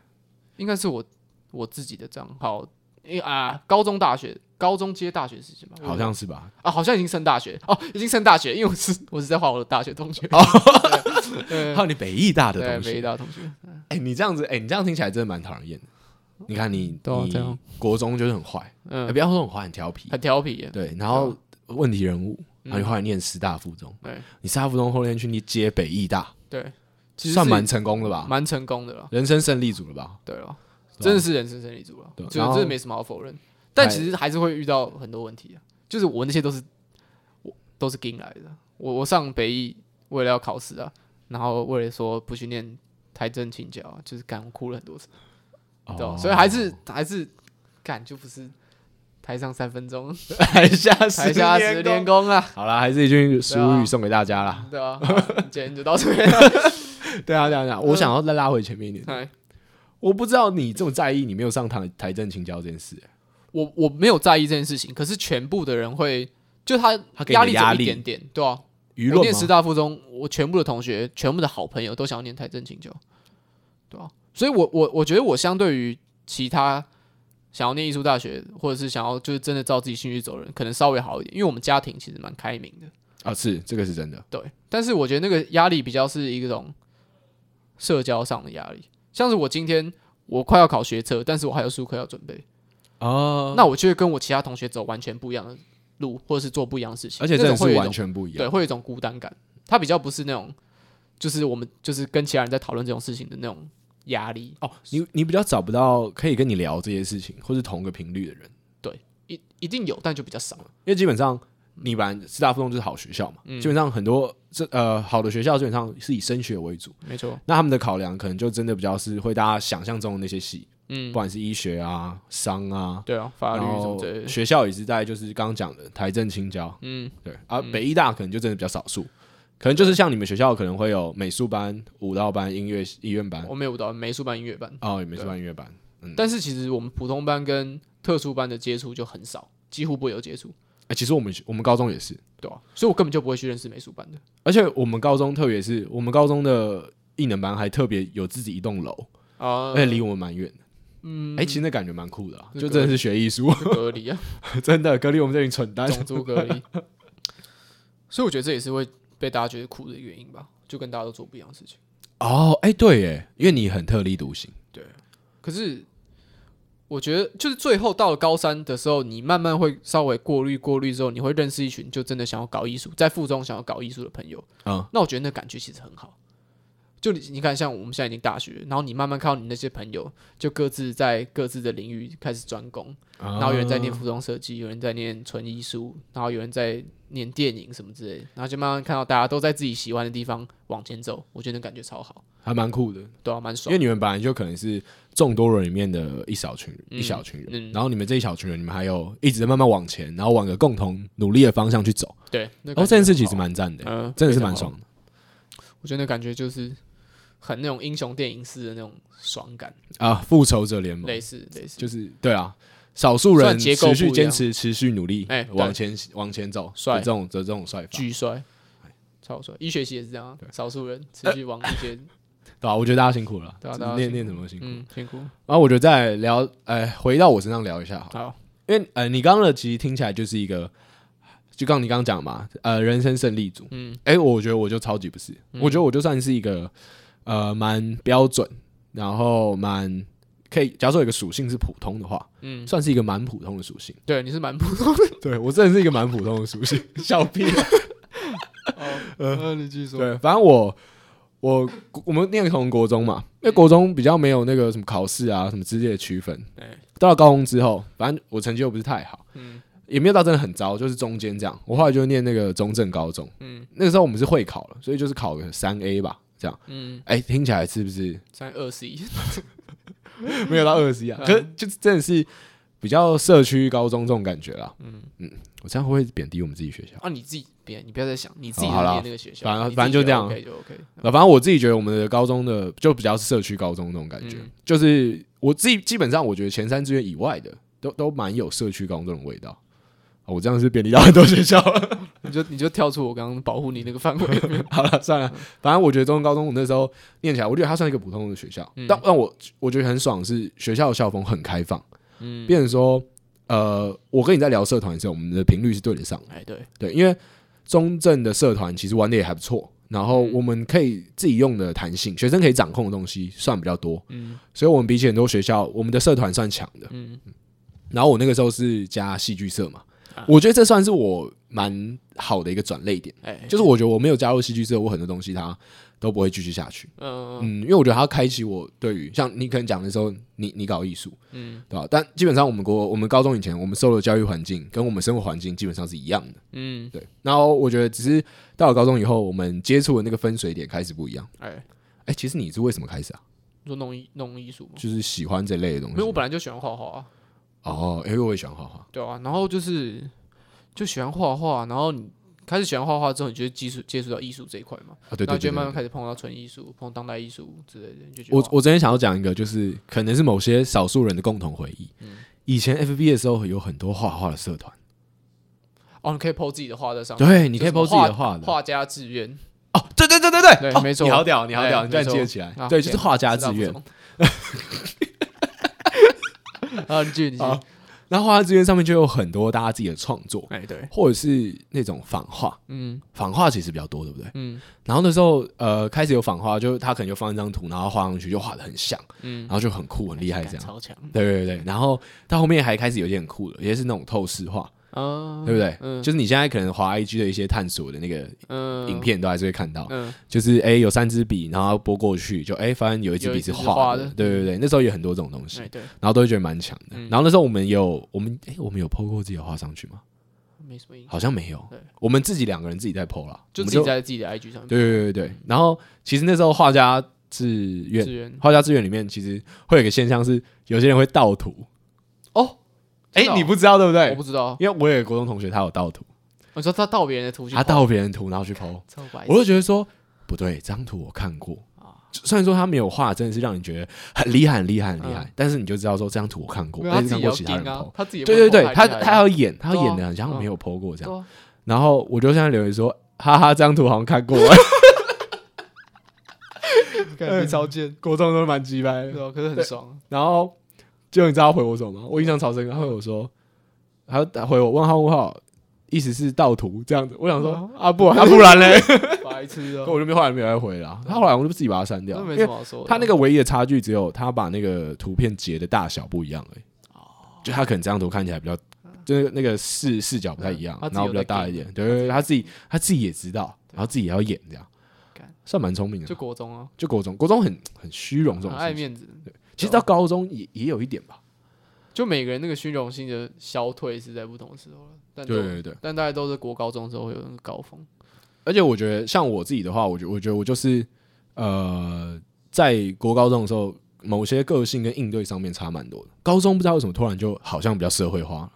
Speaker 1: 应该是我我自己的账号，因为啊，高中大学高中接大学时期吧，
Speaker 2: 好像是吧？
Speaker 1: 啊，好像已经升大学哦，已经升大学，因为我是我是在画我的大学同学，对
Speaker 2: 还有你北艺大哦 的
Speaker 1: 对，
Speaker 2: 东
Speaker 1: 北
Speaker 2: 西
Speaker 1: 医，大同学，
Speaker 2: 哎，你这样子，哎，你这样听起来真的蛮讨人厌的。你看你
Speaker 1: 对啊
Speaker 2: 你
Speaker 1: 这样
Speaker 2: 国中就是很坏，哎
Speaker 1: 嗯
Speaker 2: 不，要说很坏，很调皮，
Speaker 1: 很调皮耶，
Speaker 2: 对，然后问题人物，然后你后来念师大附中，
Speaker 1: 嗯对
Speaker 2: 你师大附中后面去你接北艺大，
Speaker 1: 对，其实
Speaker 2: 算
Speaker 1: 是
Speaker 2: 蛮成功的吧？
Speaker 1: 蛮成功的了。
Speaker 2: 人生胜利组了吧？
Speaker 1: 对了，真的是人生胜利组了，
Speaker 2: 对啊
Speaker 1: 就是
Speaker 2: 然后
Speaker 1: 真的没什么好否认。但其实还是会遇到很多问题啊，就是我那些都是我都是跟来的。我我上北艺为了要考试啊，然后为了说不去念台政清教啊，就是干我哭了很多次，你
Speaker 2: 哦
Speaker 1: 知道吗？所以 还是还是干就不是台上三分钟，
Speaker 2: 台下
Speaker 1: 台下十年功啊，
Speaker 2: 好啦，还是一句俗
Speaker 1: 对啊
Speaker 2: 语送给大家 啦。
Speaker 1: 对啊，好今天就到这边了。 哎
Speaker 2: 对啊，对啊，对 啊，我想要再拉回前面一点。
Speaker 1: 嗨
Speaker 2: 我不知道你这么在意，你没有上台台政青教这件事、欸
Speaker 1: 我我没有在意这件事情，可是全部的人会，就他
Speaker 2: 他给你
Speaker 1: 压力只
Speaker 2: 压
Speaker 1: 有
Speaker 2: 力
Speaker 1: 一点点，对啊，
Speaker 2: 舆
Speaker 1: 我
Speaker 2: 论
Speaker 1: 念师
Speaker 2: 吗？
Speaker 1: 大附中，我全部的同学、全部的好朋友都想要念台政清教，对啊，所以我我我觉得我相对于其他想要念艺术大学，或者是想要就是真的照自己兴趣走的人，可能稍微好一点，因为我们家庭其实蛮开明的，
Speaker 2: 啊，是这个是真的。
Speaker 1: 对。但是我觉得那个压力比较是一种社交上的压力，像是我今天我快要考学测，但是我还有数科要准备，
Speaker 2: 哦，
Speaker 1: 那我就会跟我其他同学走完全不一样的路，或者是做不一样的事情，
Speaker 2: 而且
Speaker 1: 那种
Speaker 2: 真的
Speaker 1: 会
Speaker 2: 是
Speaker 1: 有一
Speaker 2: 完
Speaker 1: 种
Speaker 2: 全不一样。
Speaker 1: 对，会有一种孤单感。它比较不是那种，就是我们就是跟其他人在讨论这种事情的那种压力。
Speaker 2: 哦，你你比较找不到可以跟你聊这些事情，或是同个频率的人，
Speaker 1: 一一定有，但就比较少。
Speaker 2: 因为基本上你本来师大附中就是好学校嘛，
Speaker 1: 嗯
Speaker 2: 基本上很多这呃好的学校基本上是以升学为主，
Speaker 1: 没错，
Speaker 2: 那他们的考量可能就真的比较是会大家想象中的那些系，不
Speaker 1: 嗯，
Speaker 2: 管是医学啊、商啊，
Speaker 1: 对啊，法
Speaker 2: 然
Speaker 1: 律什
Speaker 2: 后
Speaker 1: 么之类的，
Speaker 2: 学校也是在就是刚刚讲的台政青交，
Speaker 1: 嗯，
Speaker 2: 对啊，北医大可能就真的比较少数，可能就是像你们学校可能会有美术班、舞蹈班、音乐医院班
Speaker 1: 我们有舞蹈班、美术班、音乐班，
Speaker 2: 哦，有美术班、音乐班，嗯，
Speaker 1: 但是其实我们普通班跟特殊班的接触就很少，几乎不会有接触，
Speaker 2: 哎，其实我们我们高中也是，
Speaker 1: 对啊，所以我根本就不会去认识美术班的。
Speaker 2: 而且我们高中特别是我们高中的艺能班还特别有自己一栋楼，
Speaker 1: 啊
Speaker 2: 而，且离我们蛮远的。嗯，哎、其实那感觉蛮酷的、啊，
Speaker 1: 那
Speaker 2: 就
Speaker 1: 个
Speaker 2: 真的是学艺术，
Speaker 1: 隔离啊，
Speaker 2: 真的隔离我们这群蠢蛋。
Speaker 1: 种族隔离。 所以我觉得这也是会被大家觉得酷的原因吧，就跟大家都做不一样的事情。
Speaker 2: 哦，哎、对，耶，因为你很特立独行，
Speaker 1: 可是我觉得，就是最后到了高三的时候，你慢慢会稍微过滤过滤之后，你会认识一群就真的想要搞艺术，在附中想要搞艺术的朋友。
Speaker 2: 嗯，
Speaker 1: 那我觉得那感觉其实很好。就你你看，像我们现在已经大学，然后你慢慢看到你那些朋友，就各自在各自的领域开始专攻，然
Speaker 2: 然
Speaker 1: 后有人在念服装设计，有人在念纯艺术，然后有人在念电影什么之类的，然后就慢慢看到大家都在自己喜欢的地方往前走，我觉得那感觉超好，
Speaker 2: 还蛮酷的，
Speaker 1: 对啊，蛮
Speaker 2: 因
Speaker 1: 爽
Speaker 2: 为。你们本来就可能是众多人里面的一小群人，
Speaker 1: 嗯
Speaker 2: 一小群人，
Speaker 1: 嗯
Speaker 2: 然后你们这一小群人，你们还有一直慢慢往前，然后往个共同努力的方向去走，
Speaker 1: 对，那
Speaker 2: 哦，
Speaker 1: 感觉
Speaker 2: 这件事
Speaker 1: 很
Speaker 2: 其
Speaker 1: 好
Speaker 2: 实蛮赞的耶，
Speaker 1: 嗯，
Speaker 2: 真的是
Speaker 1: 非常
Speaker 2: 蛮
Speaker 1: 好
Speaker 2: 爽。的。
Speaker 1: 我觉得那感觉就是很那种英雄电影式的那种爽感，
Speaker 2: 啊！复仇者联盟
Speaker 1: 类似类似。
Speaker 2: 就是对啊，少数人
Speaker 1: 算结构
Speaker 2: 持续
Speaker 1: 不一样
Speaker 2: 坚持、持续努力，
Speaker 1: 哎对
Speaker 2: 往前往前走，
Speaker 1: 帅
Speaker 2: 的这种的这种帅法，
Speaker 1: 巨帅，
Speaker 2: 哎
Speaker 1: 超帅。医学系也是这样啊，少数人
Speaker 2: 呃
Speaker 1: 持续往医学，
Speaker 2: 对吧、我觉得大家辛苦了，
Speaker 1: 对啊大家辛
Speaker 2: 念
Speaker 1: 苦
Speaker 2: 念什么辛苦。
Speaker 1: 嗯，辛苦。
Speaker 2: 然后我觉得再聊，呃，回到我身上聊一下好了，
Speaker 1: 好，
Speaker 2: 因为呃，你刚刚的其实听起来就是一个，就刚你刚刚讲嘛，呃，人生胜利组，
Speaker 1: 嗯，
Speaker 2: 哎、我觉得我就超级不是，我觉得我就算是一个呃蛮标准，然后蛮可以，假如说有一个属性是普通的话，
Speaker 1: 嗯，
Speaker 2: 算是一个蛮普通的属性。
Speaker 1: 对，你是 蛮普通的。
Speaker 2: 对我真的是一个蛮普通的属性，小屁。
Speaker 1: 哦，呃，你继续说。
Speaker 2: 对，反正我我我们念同国中嘛，因为国中比较没有那个什么考试啊什么之类的区分。
Speaker 1: 对，
Speaker 2: 到了高中之后，反正我成绩又不是太好，
Speaker 1: 嗯
Speaker 2: 也没有到真的很糟，就是中间这样。我后来就念那个中正高中，
Speaker 1: 嗯
Speaker 2: 那个时候我们是会考了，所以就是考个三 A 吧，这样。
Speaker 1: 嗯，
Speaker 2: 哎、听起来是不是
Speaker 1: 三二十一，
Speaker 2: 没有到二十 一啊？
Speaker 1: 嗯
Speaker 2: 可是就是真的是比较社区高中这种感觉啦。嗯我这样会不会贬低我们自己学校？
Speaker 1: 啊，你自己别，你不要再想，你自己
Speaker 2: 哦好好啦
Speaker 1: 念那个学校，
Speaker 2: 反正
Speaker 1: 你自己
Speaker 2: 反正就这样
Speaker 1: 觉得 OK 就 OK。
Speaker 2: 啊，反正我自己觉得我们的高中的就比较是社区高中那种感觉，
Speaker 1: 嗯
Speaker 2: 就是我自己基本上我觉得前三志愿以外的都都蛮有社区高中的味道。哦、我这样是便利到很多学校了。
Speaker 1: 你就你就跳出我刚刚保护你那个范围。
Speaker 2: 好了，算
Speaker 1: 嗯
Speaker 2: 了，反正我觉得中中高中我那时候念起来，我觉得它算一个普通的学校，
Speaker 1: 嗯
Speaker 2: 但让我我觉得很爽是学校的校风很开放，
Speaker 1: 嗯，
Speaker 2: 变成说，呃，我跟你在聊社团的时候，我们的频率是对得上的。
Speaker 1: 哎，对，
Speaker 2: 对，因为中正的社团其实玩的也还不错，然后
Speaker 1: 嗯
Speaker 2: 我们可以自己用的弹性，学生可以掌控的东西算比较多，
Speaker 1: 嗯
Speaker 2: 所以我们比起很多学校，我们的社团算强的。
Speaker 1: 嗯
Speaker 2: 然后我那个时候是加戏剧社嘛
Speaker 1: 啊，
Speaker 2: 我觉得这算是我蛮好的一个转类点，
Speaker 1: 哎，
Speaker 2: 就是我觉得我没有加入戏剧社，我很多东西它都不会继续下去。
Speaker 1: 嗯
Speaker 2: 嗯，因为我觉得它开启我对于像你可能讲的时候，你你搞艺术，
Speaker 1: 嗯
Speaker 2: 对吧？但基本上我们国我们高中以前，我们受的教育环境跟我们生活环境基本上是一样的。
Speaker 1: 嗯，
Speaker 2: 对，然后我觉得只是到了高中以后，我们接触的那个分水点开始不一样。
Speaker 1: 哎，
Speaker 2: 哎、其实你是为什么开始啊？
Speaker 1: 你说弄艺弄艺术吗？
Speaker 2: 就是喜欢这类的东
Speaker 1: 没有，我
Speaker 2: 西。
Speaker 1: 本来就喜欢画画啊。
Speaker 2: 哦，因为我也喜欢画画。
Speaker 1: 对啊，然后就是就喜欢画画，然后你开始喜欢画画之后，你就接触接触到艺术这一块嘛，
Speaker 2: 啊，对
Speaker 1: 然后
Speaker 2: 对
Speaker 1: 就
Speaker 2: 对
Speaker 1: 会慢慢
Speaker 2: 对。
Speaker 1: 开始碰到纯艺术、碰当代艺术之类的，你就觉得
Speaker 2: 我
Speaker 1: 哇
Speaker 2: 我之前想要讲一个，就是可能是某些少数人的共同回忆。
Speaker 1: 嗯
Speaker 2: 以前 FB 的时候有很多画画的社团，
Speaker 1: 哦，你可以 PO 自己的画在上面，
Speaker 2: 对，你可以
Speaker 1: 就什么
Speaker 2: PO 自己的画的。
Speaker 1: 画家志愿，
Speaker 2: 哦，对对对对对
Speaker 1: 对
Speaker 2: 哦
Speaker 1: 没错
Speaker 2: 你好屌，你好屌，
Speaker 1: 哎
Speaker 2: 你居然
Speaker 1: 没错
Speaker 2: 记得起来
Speaker 1: 啊。
Speaker 2: 对，就是
Speaker 1: 天
Speaker 2: 画家
Speaker 1: 知道
Speaker 2: 志
Speaker 1: 不
Speaker 2: 愿。
Speaker 1: 中啊，你继续，你继续
Speaker 2: 好，那画家志愿上面就有很多大家自己的创作，
Speaker 1: 哎，对，
Speaker 2: 或者是那种仿画，
Speaker 1: 嗯
Speaker 2: 仿画其实比较多，对不对？
Speaker 1: 嗯
Speaker 2: 然后那时候呃开始有仿画，就他可能就放一张图，然后画上去就画的很像，
Speaker 1: 嗯
Speaker 2: 然，后就很酷很厉害这
Speaker 1: 干
Speaker 2: 样。
Speaker 1: 超强
Speaker 2: 对对对，对然后到后面还开始有点酷了，也是那种透视画，
Speaker 1: 啊，
Speaker 2: 对不对？
Speaker 1: 嗯
Speaker 2: 就是你现在可能滑 IG 的一些探索的那个
Speaker 1: 嗯，
Speaker 2: 影片都还是会看到，
Speaker 1: 嗯
Speaker 2: 就是哎有三支笔，然后拨过去就哎发现有一支笔是画
Speaker 1: 有一支是画的
Speaker 2: 对对对，那时候有很多这种东西
Speaker 1: 哎，对，
Speaker 2: 然后都会觉得蛮强的。
Speaker 1: 嗯
Speaker 2: 然后那时候我们有我们哎我们有 PO 过自己的画上去吗？
Speaker 1: 没什么影响，
Speaker 2: 好像没有
Speaker 1: 嗯对，
Speaker 2: 我们自己两个人自己在 PO 啦，
Speaker 1: 就
Speaker 2: 我
Speaker 1: 自
Speaker 2: 们
Speaker 1: 己在自嗯己的 IG 上面
Speaker 2: 对对对对，然后其实那时候画家志愿
Speaker 1: 志，愿
Speaker 2: 画家志愿里面其实会有一个现象是，有些人会盗图。
Speaker 1: 哦，
Speaker 2: 哎、
Speaker 1: 真的哦
Speaker 2: 你不知道对不
Speaker 1: 我
Speaker 2: 对？
Speaker 1: 不知道，
Speaker 2: 因为我有个国中同学，他有盗图，
Speaker 1: 我说他盗别人的图去
Speaker 2: 他
Speaker 1: 跑
Speaker 2: 盗别人图然后去 PO，
Speaker 1: 超白啊
Speaker 2: 我就觉得说不对，这张图我看过。就虽然说他没有画，真的是让你觉得很厉害、很厉害、很厉害，但是你就知道说这张图我看过，
Speaker 1: 嗯没有
Speaker 2: 我
Speaker 1: 他
Speaker 2: 也
Speaker 1: 自
Speaker 2: 看
Speaker 1: 己
Speaker 2: 过
Speaker 1: 要
Speaker 2: 其他人
Speaker 1: 盯啊
Speaker 2: PO。，
Speaker 1: 他自己
Speaker 2: 对对对，他他
Speaker 1: 他
Speaker 2: 要演，他要演的
Speaker 1: 对啊
Speaker 2: 很像没有 PO 过这样。
Speaker 1: 对啊
Speaker 2: 然后我就现在留言说， 哈哈，这张图好像看过。
Speaker 1: 感觉超贱，
Speaker 2: 国中都蛮鸡掰的
Speaker 1: 对。啊，可是很爽，
Speaker 2: 然后就你知道他回我什么吗？我印象超深刻，他回我说，他打回我问号问号，意思是盗图这样子。我想说
Speaker 1: 哦
Speaker 2: 啊不然啊不然嘞，
Speaker 1: 白痴哦
Speaker 2: 可，我就没后来没有再回了。他后来我就自己把它删掉
Speaker 1: 那，没
Speaker 2: 因
Speaker 1: 什
Speaker 2: 为
Speaker 1: 么好说的。啊
Speaker 2: 他那个唯一的差距只有他把那个图片截的大小不一样而已。
Speaker 1: 哦
Speaker 2: 就他可能这张图看起来比较，就是那个视视角不太一样
Speaker 1: 嗯他，自己
Speaker 2: 然后比较大一点。对对对，他自己他自己也知道，然后自己也要演这样
Speaker 1: 干，
Speaker 2: 算蛮聪明
Speaker 1: 就
Speaker 2: 的。
Speaker 1: 国中啊，
Speaker 2: 就国中，国中很很虚荣这
Speaker 1: 很
Speaker 2: 种
Speaker 1: 爱
Speaker 2: 事情，
Speaker 1: 面子，啊
Speaker 2: 其实到高中也也有一点吧。
Speaker 1: 就每个人那个虚荣心的消退是在不同的时候了，但
Speaker 2: 对
Speaker 1: 都
Speaker 2: 对对。
Speaker 1: 但大概都是国高中的时候会有那个高峰，
Speaker 2: 而且我觉得，像我自己的话，我觉我觉得我就是呃，在国高中的时候，某些个性跟应对上面差蛮多的。高中不知道为什么突然就好像比较社会化了，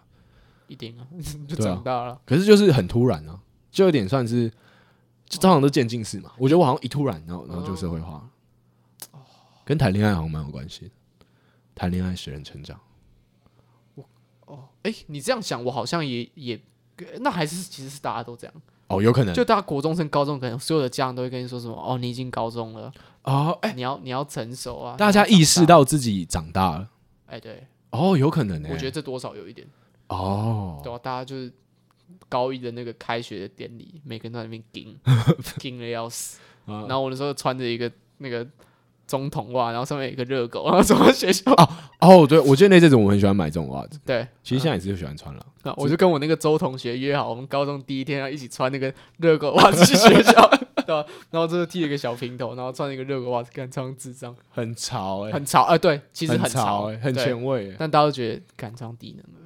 Speaker 1: 一定啊， 就
Speaker 2: 对啊
Speaker 1: 长大了，
Speaker 2: 可是就是很突然啊，就有点算是就通常都渐进式嘛。我觉得我好像一突然，然后然
Speaker 1: 哦
Speaker 2: 后就社会化了，跟谈恋爱好像蛮有关系的。谈恋爱使人成长，
Speaker 1: 哦，哎、你这样想，我好像也也，那还是其实是大家都这样，
Speaker 2: 哦，有可能
Speaker 1: 就大家国中升高中，可能所有的家长都会跟你说什么，哦，你已经高中了，
Speaker 2: 哦，哎，
Speaker 1: 你要你要成熟啊，
Speaker 2: 大家意识，到自己长大了，
Speaker 1: 哎、对，
Speaker 2: 哦，有可能呢。
Speaker 1: 我觉得这多少有一点，
Speaker 2: 哦，
Speaker 1: 对啊，大家就是高一的那个开学的典礼，每个人都在那边顶顶的要 死，
Speaker 2: 啊
Speaker 1: 然后我那时候穿着一个那个中筒袜，然后上面有一个热狗，然后走到学校，
Speaker 2: 哦，对，我记得那阵子我很喜欢买这种袜子，
Speaker 1: 对，
Speaker 2: 其实现在也是喜欢穿了。
Speaker 1: 那我就跟我那个周同学约好，我们高中第一天要一起穿那个热狗袜 子去学校，对吧？然后就是剃了一个小平头，然后穿一个热狗袜子，干超智障，
Speaker 2: 很潮哎、
Speaker 1: 很潮啊、呃对，其实
Speaker 2: 很
Speaker 1: 潮，
Speaker 2: 哎，很
Speaker 1: 对
Speaker 2: 前卫哎，
Speaker 1: 但大家都觉得干超低能的。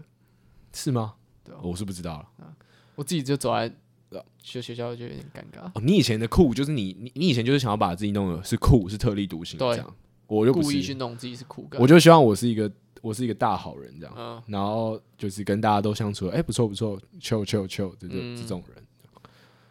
Speaker 2: 是吗？哦
Speaker 1: 对啊
Speaker 2: 我是不知道了。
Speaker 1: 我自己就走在学学校就有点尴尬，
Speaker 2: 哦，你以前的酷就是你你你以前就是想要把自己弄的是酷，是特立独行
Speaker 1: 对
Speaker 2: 这样，我就不
Speaker 1: 故意去
Speaker 2: 是，
Speaker 1: 弄自己是酷感
Speaker 2: 我。就希望我是一个我是一个大好人这样，
Speaker 1: 嗯，
Speaker 2: 然后就是跟大家都相处，哎、不错不错，chill chill chill 这种、
Speaker 1: 嗯
Speaker 2: 这种人。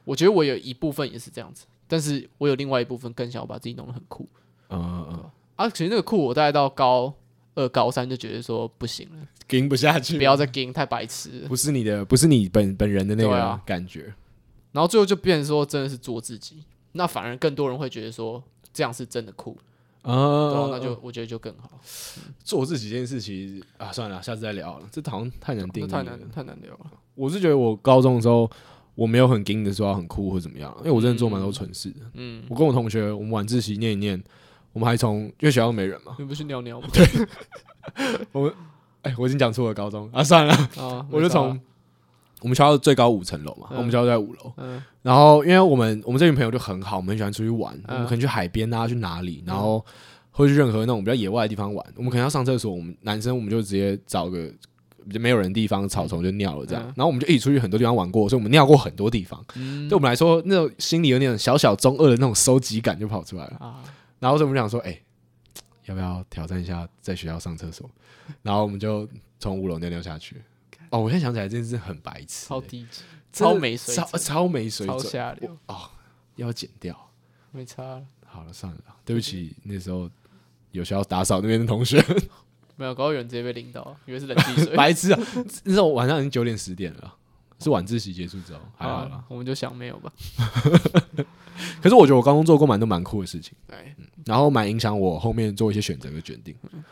Speaker 1: 我觉得我有一部分也是这样子，但是我有另外一部分更想要把自己弄得很酷
Speaker 2: 嗯嗯嗯，
Speaker 1: 啊。其实那个酷，我大概到高二、高三就觉得说不行了，
Speaker 2: 顶不下去，
Speaker 1: 不要再 g 太白痴了。
Speaker 2: 不是你的，不是你本本人的那
Speaker 1: 对
Speaker 2: 个
Speaker 1: 啊
Speaker 2: 感觉。
Speaker 1: 然后最后就变成说真的是做自己，那反而更多人会觉得说这样是真的酷，
Speaker 2: 啊、
Speaker 1: 然后
Speaker 2: 嗯
Speaker 1: 那就我觉得就更好，
Speaker 2: 做自己这件事，其实啊，算了，下次再聊好了。这好像太难定
Speaker 1: 那
Speaker 2: 义
Speaker 1: 太
Speaker 2: 了。
Speaker 1: 难太难聊了。
Speaker 2: 我是觉得我高中的时候，我没有很硬的说要很酷或怎么样，因为我真的做蛮多蠢事的。嗯，我跟我同学，我们晚自习念一念，我们还从因为学校没人嘛，
Speaker 1: 你不是尿尿 吗？
Speaker 2: 哎、我已经讲错了高中啊，算了，
Speaker 1: 啊，
Speaker 2: 我就从我们学校最高五层楼嘛，
Speaker 1: 嗯
Speaker 2: 我们学校在五楼，
Speaker 1: 嗯
Speaker 2: 然后因为我们我们这群朋友就很好，我们很喜欢出去玩，我
Speaker 1: 嗯
Speaker 2: 们可能去海边啊，去哪里，然后或去任何那种比较野外的地方玩，我们可能要上厕所，我们男生我们就直接找个。比较没有人的地方，草丛就尿了这样，
Speaker 1: 嗯
Speaker 2: 然后我们就一起出去很多地方玩过，所以我们尿过很多地方。
Speaker 1: 嗯
Speaker 2: 对我们来说，那种心里有那种小小中二的那种收集感就跑出来了。
Speaker 1: 啊，
Speaker 2: 然后所以我们想说，哎、要不要挑战一下在学校上 厕所？然后我们就从五楼尿尿下去。哦，我现在想起来，真的是很白痴、
Speaker 1: 超
Speaker 2: 欸
Speaker 1: 低级，
Speaker 2: 真
Speaker 1: 超
Speaker 2: 的
Speaker 1: 没水
Speaker 2: 超
Speaker 1: 准，
Speaker 2: 超没水
Speaker 1: 超
Speaker 2: 准，
Speaker 1: 下流，
Speaker 2: 要剪掉。
Speaker 1: 没差了。
Speaker 2: 好了，算了
Speaker 1: 嗯
Speaker 2: 啦，对不起，那时候有需要打扫那边的同 学，
Speaker 1: 没有，搞到有人直接被淋到，以为是冷气水。
Speaker 2: 白痴啊！那时候晚上已经九点十点了啦，是晚自习结束之后，还好啦。
Speaker 1: 啊，我们就想没有吧。
Speaker 2: 可是我觉得我高中做过蛮多蛮酷的事情。
Speaker 1: 哎，
Speaker 2: 然后蛮影响我后面做一些选择跟决定。
Speaker 1: 嗯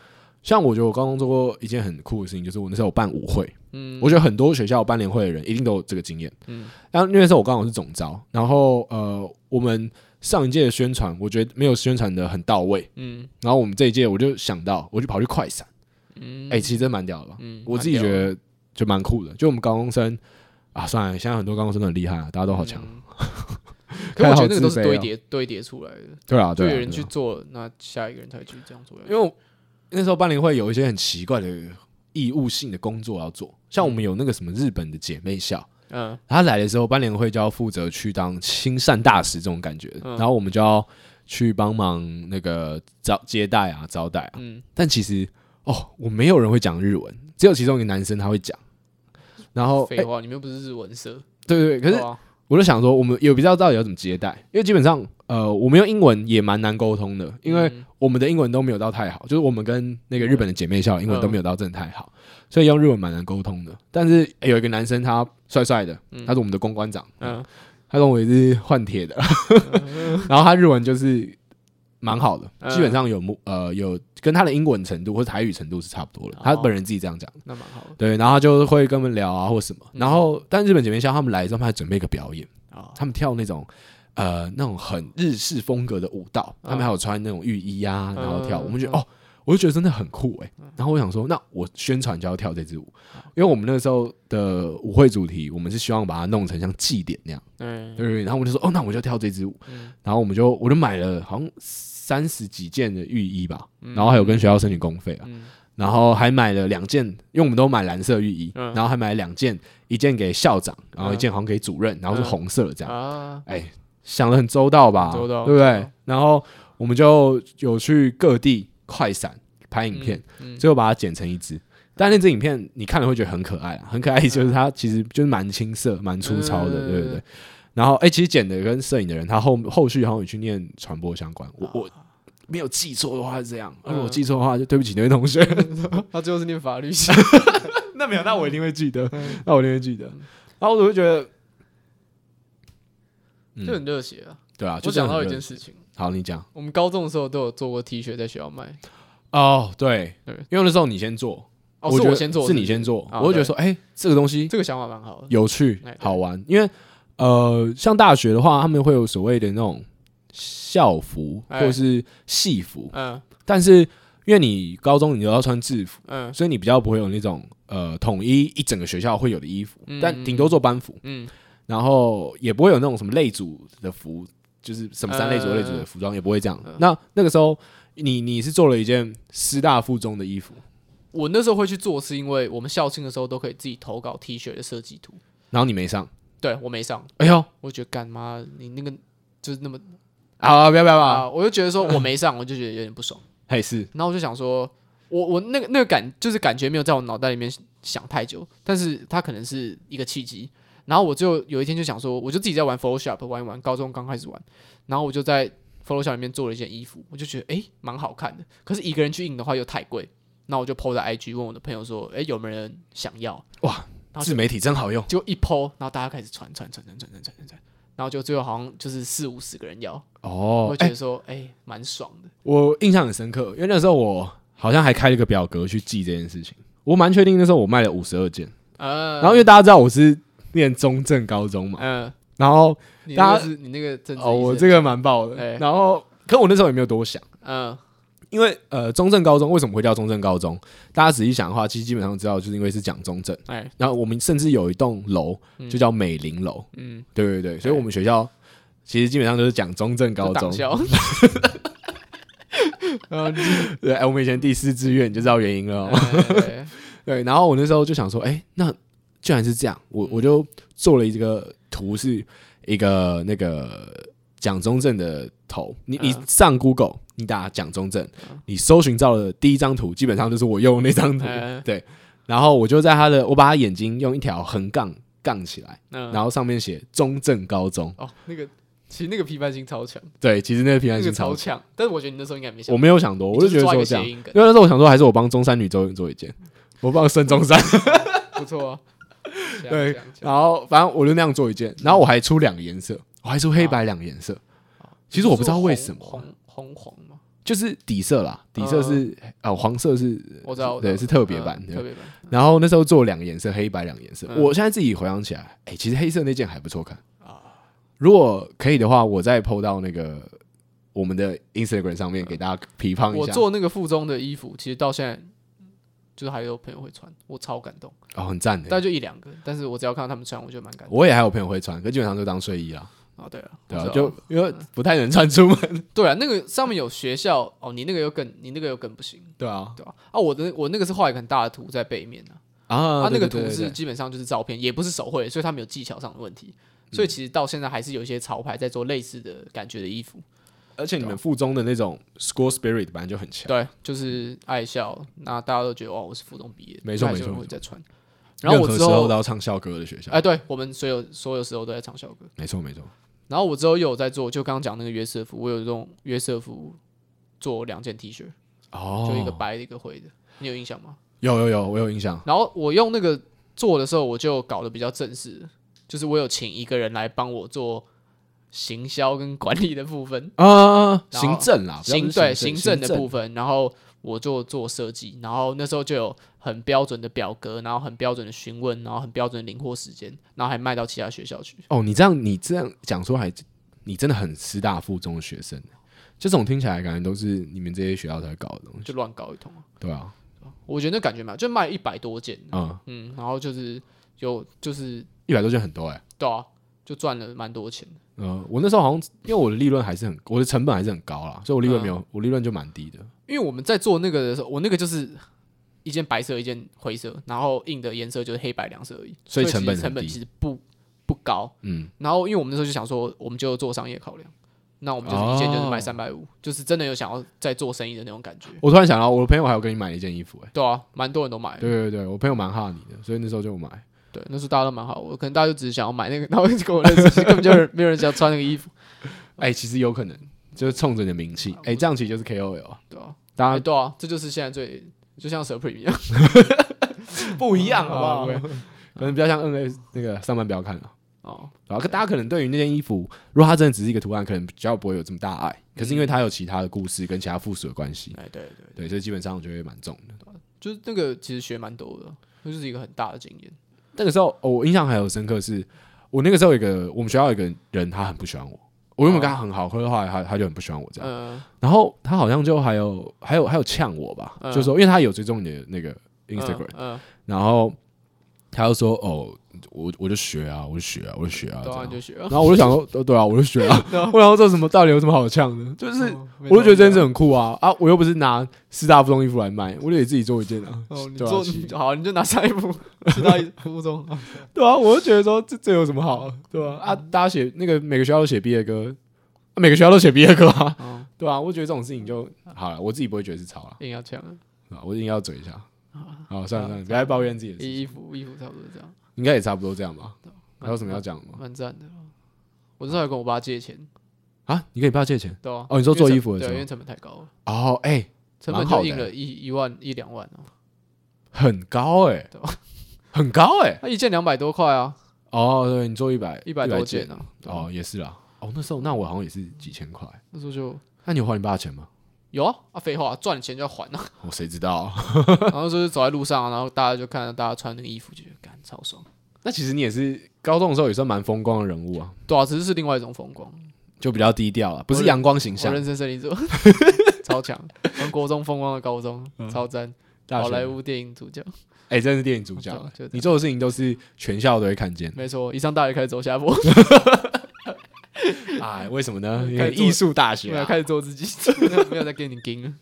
Speaker 2: 像我觉得我高中做过一件很酷的事情，就是我那时候有办舞会，
Speaker 1: 嗯，
Speaker 2: 我觉得很多学校有办联会的人一定都有这个经验。嗯，然后因为那时候我刚好是总招，然后呃，我们上一届的宣传我觉得没有宣传的很到位，
Speaker 1: 嗯
Speaker 2: 然后我们这一届我就想到，我就跑去快闪，
Speaker 1: 嗯
Speaker 2: 哎、其实真蛮屌的吧，
Speaker 1: 嗯
Speaker 2: 我自己觉得就蛮酷的。就我们高中生啊，算了，现在很多高中生都很厉害啊，大家都好强，。
Speaker 1: 嗯 可我觉得那个都是
Speaker 2: 看好
Speaker 1: 堆
Speaker 2: 自卑哦
Speaker 1: 叠堆叠出来的，
Speaker 2: 对啊，
Speaker 1: 就
Speaker 2: 对啊，
Speaker 1: 有人
Speaker 2: 对啊
Speaker 1: 去做，那下一个人才去这样做。
Speaker 2: 因为我那时候班联会有一些很奇怪的义务性的工作要做，像我们有那个什么日本的姐妹校，
Speaker 1: 嗯
Speaker 2: 她来的时候班联会就要负责去当亲善大使这种感觉，
Speaker 1: 嗯
Speaker 2: 然后我们就要去帮忙那个招接待啊、招待啊。
Speaker 1: 嗯，
Speaker 2: 但其实哦，我没有人会讲日文，只有其中一个男生他会讲。然后，
Speaker 1: 废
Speaker 2: 哎
Speaker 1: 话，哦你们又不是日文社，
Speaker 2: 对对对，可
Speaker 1: 对
Speaker 2: 是
Speaker 1: 吧
Speaker 2: 我就想说，我们有比较到底要怎么接待，因为基本上，呃，我们用英文也蛮难沟通的，因为
Speaker 1: 嗯
Speaker 2: 我们的英文都没有到太好，就是我们跟那个日本的姐妹校英文
Speaker 1: 嗯
Speaker 2: 都没有到真的太好，所以用日文蛮难沟通的。但是、欸有一个男生，他帅帅的，他是我们的公关长，
Speaker 1: 嗯
Speaker 2: 他跟我也是换铁的， 然后他日文就是蛮好的，
Speaker 1: 嗯
Speaker 2: 基本上有母呃有跟他的英文程度或者台语程度是差不多的，他
Speaker 1: 哦
Speaker 2: 本人自己这样讲，
Speaker 1: 那蛮好的
Speaker 2: 对，然后他就会跟我们聊啊或什么，
Speaker 1: 嗯
Speaker 2: 然后但日本姐妹校他们来之后，他们还准备一个表演。
Speaker 1: 啊
Speaker 2: 他们跳那种呃那种很日式风格的舞蹈，
Speaker 1: 嗯
Speaker 2: 他们还有穿那种浴衣啊，然后跳舞，
Speaker 1: 嗯
Speaker 2: 我们觉得哦，我就觉得真的很酷哎、然后我想说，那我宣传就要跳这支舞，
Speaker 1: 哦
Speaker 2: 因为我们那时候的舞会主题，我们是希望把它弄成像祭典那样，
Speaker 1: 嗯
Speaker 2: 对不对？然后我们就说，哦，那我就跳这支舞，
Speaker 1: 嗯
Speaker 2: 然后我们就我就买了好像三十几件的浴衣吧，然后还有跟学校申请公费啊，
Speaker 1: 嗯
Speaker 2: 然后还买了两件，因为我们都买蓝色浴衣，
Speaker 1: 嗯
Speaker 2: 然后还买了两件，一件给校长，然后一件好像给主任，然后是
Speaker 1: 嗯
Speaker 2: 红色的这样。
Speaker 1: 啊
Speaker 2: 哎，想的很周到吧？
Speaker 1: 周到
Speaker 2: 对
Speaker 1: 周
Speaker 2: 不对
Speaker 1: 到？
Speaker 2: 然后我们就有去各地快闪拍影片，
Speaker 1: 嗯
Speaker 2: 最后把它剪成一支。但那支影片你看了会觉得很可爱啊，很可爱，就是它其实就是蛮青涩、蛮粗糙的，
Speaker 1: 嗯
Speaker 2: 对不对？然后，哎、其实剪的跟摄影的人，他后后续好像有去念传播相关，我我没有
Speaker 1: 嗯
Speaker 2: 记错的话是这样，如果我记错的话就对不起那位同学。
Speaker 1: 他最后是念法律系，
Speaker 2: 那没有，那我一定会记得，那我一定会记得。然后我就觉得，嗯
Speaker 1: 就很热血啊！
Speaker 2: 对啊，
Speaker 1: 我
Speaker 2: 就
Speaker 1: 想到一件
Speaker 2: 件事，
Speaker 1: 事情，
Speaker 2: 好，你讲
Speaker 1: 我们高中的时候都有做过 T 恤在学校卖，
Speaker 2: 哦，对，
Speaker 1: 对
Speaker 2: 因为那时候你先做，
Speaker 1: 哦，
Speaker 2: 我
Speaker 1: 是
Speaker 2: 觉
Speaker 1: 我
Speaker 2: 得
Speaker 1: 先做，
Speaker 2: 是
Speaker 1: 不
Speaker 2: 你先做，
Speaker 1: 啊
Speaker 2: 我就觉得说，哎，这个东西
Speaker 1: 这个想法蛮好的，
Speaker 2: 有趣
Speaker 1: 哎对
Speaker 2: 好玩，因为呃，像大学的话，他们会有所谓的那种校服
Speaker 1: 哎
Speaker 2: 或是戏服，
Speaker 1: 嗯
Speaker 2: 但是因为你高中你都要穿制服，
Speaker 1: 嗯
Speaker 2: 所以你比较不会有那种呃统一一整个学校会有的衣服，
Speaker 1: 嗯
Speaker 2: 但顶多做班服，
Speaker 1: 嗯，
Speaker 2: 然后也不会有那种什么类组的服，就是什么三类组、
Speaker 1: 嗯
Speaker 2: 二类组的服装也不会这样
Speaker 1: 嗯。
Speaker 2: 那那个时候你你是做了一件师大附中的衣服，
Speaker 1: 我那时候会去做，是因为我们校庆的时候都可以自己投稿 T 恤的设计图，
Speaker 2: 然后你没上，
Speaker 1: 对我没上，
Speaker 2: 哎呦，
Speaker 1: 我觉得干妈你那个就是那么
Speaker 2: 啊，不要不要不要，
Speaker 1: 啊，我就觉得说我没上， 我就觉得有点不爽，
Speaker 2: 还是
Speaker 1: 然后我就想说。我我那个那个感就是感觉没有在我脑袋里面想太久，但是它可能是一个契机。然后我就有一天就想说，我就自己在玩 Photoshop 玩一玩，高中刚开始玩，然后我就在 Photoshop 里面做了一件衣服，我就觉得诶蛮好看的。可是一个人去印的话又太贵，那我就 PO 在 IG 问我的朋友说，诶有没有人想要？
Speaker 2: 哇，
Speaker 1: 然后
Speaker 2: 自媒体真好用。
Speaker 1: 就一 PO，然后大家开始传传传传传传传传传，然后就最后好像就是四五十个人要，
Speaker 2: 哦
Speaker 1: 我，觉
Speaker 2: 哎、
Speaker 1: 得说哎蛮、爽的。
Speaker 2: 我印象很深刻，因为那时候我好像还开了一个表格去记这件事情。我蛮确定那时候我卖了五十二件，
Speaker 1: 呃，
Speaker 2: 然后因为大家知道我是念中正高中嘛，
Speaker 1: 嗯、呃，
Speaker 2: 然后
Speaker 1: 你
Speaker 2: 大
Speaker 1: 那
Speaker 2: 家
Speaker 1: 个是你那个政治
Speaker 2: 哦我
Speaker 1: 意识
Speaker 2: 这个蛮爆
Speaker 1: 哎
Speaker 2: 的，然后可我那时候也没有多想，
Speaker 1: 嗯、
Speaker 2: 因为呃中正高中为什么会叫中正高中？大家仔细想的话，其实基本上知道就是因为是讲中正，
Speaker 1: 哎
Speaker 2: 然后我们甚至有一栋楼就叫美林楼，
Speaker 1: 嗯，
Speaker 2: 对对对，所以我们学校其实基本上都是讲中正高
Speaker 1: 就党
Speaker 2: 中，
Speaker 1: 校
Speaker 2: 对，哎我们以前第四志愿你就知道原因了哦、
Speaker 1: 哎
Speaker 2: 对，然后我那时候就想说，哎、那居然是这样，
Speaker 1: 嗯
Speaker 2: 我我就做了一个图，是一个那个蒋中正的头。你你
Speaker 1: 嗯
Speaker 2: 上 Google，你打蒋中正，你搜寻到的第一张图，基本上就是我用的那张图。
Speaker 1: 嗯
Speaker 2: 对，然后我就在他的，我把他眼睛用一条横杠杠起来，
Speaker 1: 嗯
Speaker 2: 然后上面写中正高中。
Speaker 1: 哦那个其实那个批判性超强，
Speaker 2: 对，其实那个平
Speaker 1: 那
Speaker 2: 安
Speaker 1: 个
Speaker 2: 性
Speaker 1: 超
Speaker 2: 超，
Speaker 1: 强，但是我觉得你那时候应该没想
Speaker 2: 我
Speaker 1: 到，
Speaker 2: 没有想多，我
Speaker 1: 你
Speaker 2: 就
Speaker 1: 就
Speaker 2: 觉
Speaker 1: 是抓
Speaker 2: 得
Speaker 1: 一
Speaker 2: 说
Speaker 1: 个
Speaker 2: 这样，
Speaker 1: 谐
Speaker 2: 因
Speaker 1: 音梗，嗯
Speaker 2: 为那时候我想说，还是我帮中山女周做一件，我帮 孙中山。
Speaker 1: 不错啊。强
Speaker 2: 对，
Speaker 1: 强强
Speaker 2: 然后反正我就那样做一
Speaker 1: 嗯
Speaker 2: 件，然后我还出两个颜色，我还出黑白两个颜
Speaker 1: 啊
Speaker 2: 色，其实我不知道为什么啊
Speaker 1: 红红红嘛，
Speaker 2: 就是底色啦，底色是哦黄色是，
Speaker 1: 我知道，我知道
Speaker 2: 对，是特别版
Speaker 1: 嗯特
Speaker 2: 的。
Speaker 1: 别版，
Speaker 2: 然后那时候做两个颜色，黑白两个颜色。
Speaker 1: 嗯啊
Speaker 2: 我现在自己回想起来，哎，其实黑色那件还不错看如果可以的话，我再 PO 到那个我们的 Instagram 上面给大家批判一
Speaker 1: 我
Speaker 2: 下。
Speaker 1: 做那个附中的衣服，其实到现在就是还有朋友会穿，我超感动。
Speaker 2: 哦，很赞
Speaker 1: 大概
Speaker 2: 的。
Speaker 1: 就一两个，但是我只要看到他们穿，我就蛮感动。
Speaker 2: 我也还有朋友会穿，可基本上就当睡衣啦，
Speaker 1: 啊，对了，
Speaker 2: 对
Speaker 1: 我知，
Speaker 2: 啊
Speaker 1: 道
Speaker 2: 就因为不太能穿出门，
Speaker 1: 对啊，那个上面有学校哦，你那个又更，你那个又更不行，
Speaker 2: 对啊，
Speaker 1: 对吧、啊？我的我那个是画一个很大的图在背面啊，
Speaker 2: 啊
Speaker 1: 它那个
Speaker 2: 对对
Speaker 1: 图
Speaker 2: 对
Speaker 1: 是
Speaker 2: 对
Speaker 1: 基本上就是照片，也不是手绘，所以它没有技巧上的问题。
Speaker 2: 嗯
Speaker 1: 所以其实到现在还是有一些潮牌在做类似的感觉的衣服，
Speaker 2: 而且你们附中的那种 school spirit 本来就很强，
Speaker 1: 啊对，啊就是爱校，那大家都觉得哇，哦我是附中毕业的，
Speaker 2: 没错
Speaker 1: 还是有
Speaker 2: 没
Speaker 1: 人会
Speaker 2: 错没错
Speaker 1: 在穿。然后我
Speaker 2: 任何
Speaker 1: 之
Speaker 2: 时候
Speaker 1: 后
Speaker 2: 都，要唱校歌的学校，
Speaker 1: 哎，对我们所有所有时候都在唱校歌。
Speaker 2: 没错没错。
Speaker 1: 然后我之后又有在做，就刚刚讲那个约瑟夫，我有用约瑟夫做两件 T 恤，
Speaker 2: 哦
Speaker 1: 就一个白的，一个灰的，你有印象吗？
Speaker 2: 有有有，我有印象。
Speaker 1: 然后我用那个做的时候，我就搞得比较正式，就是我有请一个人来帮我做行销跟管理的部分，
Speaker 2: 啊，
Speaker 1: 然后
Speaker 2: 行政啦，比较
Speaker 1: 行
Speaker 2: 是
Speaker 1: 对
Speaker 2: 行
Speaker 1: 行
Speaker 2: 政
Speaker 1: 政的部分，然后我就做设计，然后那时候就有很标准的表格，然后很标准的询问，然后很标准的领货时间，然后还卖到其他学校去。
Speaker 2: 哦，你这样你这样讲出来，你真的很师大附中的学生，这种听起来感觉都是你们这些学校才会搞的东西，
Speaker 1: 就乱搞一通啊
Speaker 2: 对啊，
Speaker 1: 我觉得那感觉蛮，就卖一百多件，
Speaker 2: 嗯，
Speaker 1: 嗯，然后就是有就是
Speaker 2: 一百多件很多哎、
Speaker 1: 对啊，就赚了蛮多钱的。
Speaker 2: 嗯，我那时候好像因为我的利润还是很，我的成本还是很高啦，所以我利润没有，
Speaker 1: 嗯
Speaker 2: 我利润就蛮低的。
Speaker 1: 因为我们在做那个的时候，我那个就是一件白色，一件灰色，然后印的颜色就是黑白两色而已，
Speaker 2: 所以
Speaker 1: 其实
Speaker 2: 成本很
Speaker 1: 成本
Speaker 2: 低
Speaker 1: 其实不不高。
Speaker 2: 嗯，
Speaker 1: 然后因为我们那时候就想说，我们就做商业考量，那我们就是一件就是卖
Speaker 2: 哦
Speaker 1: 三百五，就是真的有想要再做生意的那种感觉。
Speaker 2: 我突然想到，我的朋友还有给你买了一件衣服、欸，
Speaker 1: 对啊，蛮多人都买，
Speaker 2: 对对对，我朋友蛮怕你的，所以那时候就买。
Speaker 1: 对，啊那时候大家都蛮好，我可能大家就只是想要买那个，然后就跟我认识，根本就没有人想穿那个衣服，
Speaker 2: 哎、其实有可能就是冲着你的名气，哎、这样其实就是 KOL 啊。
Speaker 1: 对啊，
Speaker 2: 大
Speaker 1: 哎
Speaker 2: 家
Speaker 1: 对啊，这就是现在最就像 Supreme 一样，
Speaker 2: 不一样，好不
Speaker 1: 啊
Speaker 2: 好
Speaker 1: 不一样？
Speaker 2: 可能比较像 N S 那个上班不要看了。
Speaker 1: 哦，
Speaker 2: 然后大家可能对于那件衣服，如果它真的只是一个图案，可能比较不会有这么大爱。可是因为它有其他的故事跟其他附属的关系，
Speaker 1: 哎，对对对，
Speaker 2: 对，所以基本上我觉得蛮重的。
Speaker 1: 就是那个其实学蛮多的，那就是一个很大的经验。
Speaker 2: 那个时候、哦我印象还有深刻是，我那个时候有一个我们学校有一个人，他很不喜欢我。我原本跟他很好，可是后来他他就很不喜欢我这样。
Speaker 1: 嗯
Speaker 2: 然后他好像就还有还有还有呛我吧，
Speaker 1: 嗯
Speaker 2: 就说因为他有追踪你的那个 Instagram，、
Speaker 1: 嗯，
Speaker 2: 然后他就说哦，我我就学啊，我就学啊，我就学啊，
Speaker 1: 对
Speaker 2: 这
Speaker 1: 啊，
Speaker 2: 样
Speaker 1: 你就学啊，
Speaker 2: 然后我就想说， 呃对啊，我就学啊，我想说这什么到底有什么好呛的？就是
Speaker 1: 哦
Speaker 2: 我就觉得这件事很酷啊啊！我又不是拿四大附中衣服来卖，我得自己做一件啊。
Speaker 1: 哦，你
Speaker 2: 对啊
Speaker 1: 做
Speaker 2: 其
Speaker 1: 你好，你就拿上一部，知道一附中，啊
Speaker 2: 对啊，我就觉得说这这有什么好，对吧、啊？大家写那个每个学校都写毕业歌，啊每个学校都写毕业歌啊，
Speaker 1: 哦，
Speaker 2: 对啊，我觉得这种事情就好了，我自己不会觉得是抄了，
Speaker 1: 硬要抢啊，
Speaker 2: 啊，我一定要嘴一下。好，算了算了，不要再抱怨自己的事，
Speaker 1: 衣服衣服差不多这样，
Speaker 2: 应该也差不多这样吧。
Speaker 1: 蛮
Speaker 2: 还有什么要讲的吗？
Speaker 1: 蛮赞的。我那时候还跟我爸借钱，
Speaker 2: 啊，你可以不要借钱
Speaker 1: 对啊，
Speaker 2: 哦你说
Speaker 1: 因为
Speaker 2: 做衣
Speaker 1: 成
Speaker 2: 服的
Speaker 1: 对，
Speaker 2: 时候
Speaker 1: 因为成本太高了，
Speaker 2: 哦，哎、
Speaker 1: 成本
Speaker 2: 蛮
Speaker 1: 就
Speaker 2: 好的
Speaker 1: 印
Speaker 2: 欸
Speaker 1: 了一一万一两万哦，
Speaker 2: 很高哎、
Speaker 1: 对吧
Speaker 2: 很高哎、
Speaker 1: 那一件两百多块啊，
Speaker 2: 哦，对你做一百
Speaker 1: 一百多件
Speaker 2: 件
Speaker 1: 啊，对啊
Speaker 2: 哦，也是啦。哦，那时候那我好像也是几千块。
Speaker 1: 那时候就
Speaker 2: 那你有花你爸的钱吗？
Speaker 1: 有啊，啊废话，赚了钱就要还啊。
Speaker 2: 我谁知道？
Speaker 1: 然后就是走在路上，啊然后大家就看到大家穿那个衣服，就觉得干超爽。
Speaker 2: 那其实你也是高中的时候也算蛮风光的人物啊，
Speaker 1: 对啊，只是是另外一种风光，
Speaker 2: 就比较低调啊了，不是阳光形
Speaker 1: 我
Speaker 2: 象。
Speaker 1: 人生胜 利组超强，从国中风光的高中，超赞，
Speaker 2: 嗯大学
Speaker 1: 好莱坞电影主角，
Speaker 2: 哎，真的是电影主角
Speaker 1: 就就这
Speaker 2: 欸
Speaker 1: 样。
Speaker 2: 你做的事情都是全校都会看见。
Speaker 1: 没错，一上大学开始走下坡，
Speaker 2: 哎，为什么呢？因
Speaker 1: 开
Speaker 2: 为
Speaker 1: 始做
Speaker 2: 艺术大学
Speaker 1: 没有
Speaker 2: 啊
Speaker 1: 开始做自己， 没有没有再跟你盯了，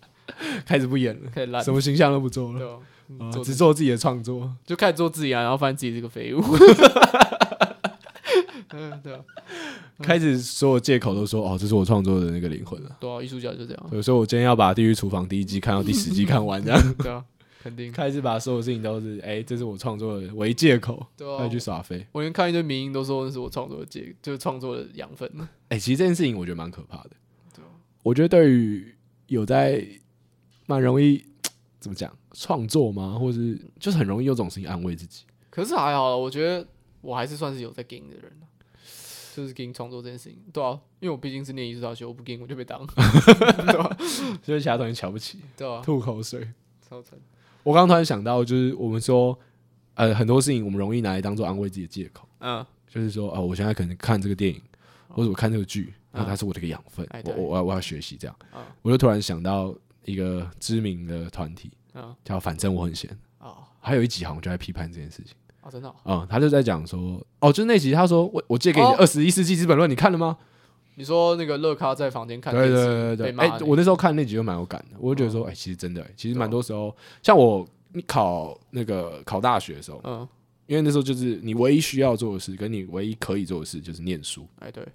Speaker 2: 开始不演了，
Speaker 1: 开始烂，
Speaker 2: 什么形象都不做了，
Speaker 1: 对啊
Speaker 2: 啊
Speaker 1: 做
Speaker 2: 只做自己的创作。
Speaker 1: 就开始做自己啊，然后发现自己是个 废物。嗯，对啊，
Speaker 2: 开始所有借口都说哦，这是我创作的那个灵魂了。
Speaker 1: 对啊，艺术家就这样，
Speaker 2: 所以说我今天要把《地狱厨房》第一季看到第十季看完，这 样
Speaker 1: 对啊，肯定，
Speaker 2: 开始把所有事情都是哎，这是我创作的为借口，
Speaker 1: 对啊
Speaker 2: 再，去耍飞。
Speaker 1: 我连看一堆名音都说那是我创作的结，就是创作的养分。
Speaker 2: 哎、其实这件事情我觉得蛮可怕的。
Speaker 1: 对啊
Speaker 2: 我觉得对于有在蛮容易怎么讲创作吗，或是就是很容易用这种事情安慰自己。
Speaker 1: 可是还好啦，我觉得我还是算是有在 g a m 的人啊就是 g a m 创作这件事情，对啊，因为我毕竟是念艺术大学，我不 g a m 我就被当，对啊，
Speaker 2: 就是其他同学瞧不起，
Speaker 1: 对啊，
Speaker 2: 吐口水。
Speaker 1: 超惨，
Speaker 2: 我刚刚突然想到，就是我们说，呃，很多事情我们容易拿来当做安慰自己的借口，
Speaker 1: 嗯，
Speaker 2: 就是说，哦、我现在可能看这个电影，或者我看这个剧，然后它是我的一个养分，
Speaker 1: 哎
Speaker 2: 我
Speaker 1: 对
Speaker 2: 我我要我要学习这样。
Speaker 1: 嗯
Speaker 2: 我就突然想到一个知名的团体
Speaker 1: 嗯，
Speaker 2: 叫“反正我很闲
Speaker 1: 哦，”，
Speaker 2: 还有一集好像就在批判这件事情。
Speaker 1: 哦，真的哦、
Speaker 2: 啊、他就在讲说，哦，就是那集他说我我借给你
Speaker 1: 哦
Speaker 2: 的《二十一世纪资本论》，你看了吗？
Speaker 1: 你说那个乐咖在房间看电
Speaker 2: 对
Speaker 1: 视，
Speaker 2: 对对
Speaker 1: 被
Speaker 2: 对
Speaker 1: 骂哦
Speaker 2: 对，哎、
Speaker 1: 那个
Speaker 2: 我那时候看那集就蛮有感的，我就觉得说，哎、其实真的、其
Speaker 1: 哦
Speaker 2: 实蛮多时候，像我你考那个考大学的时候，
Speaker 1: 嗯，
Speaker 2: 因为那时候就是你唯一需要做的事，跟你唯一可以做的事就是念书，
Speaker 1: 哎，对，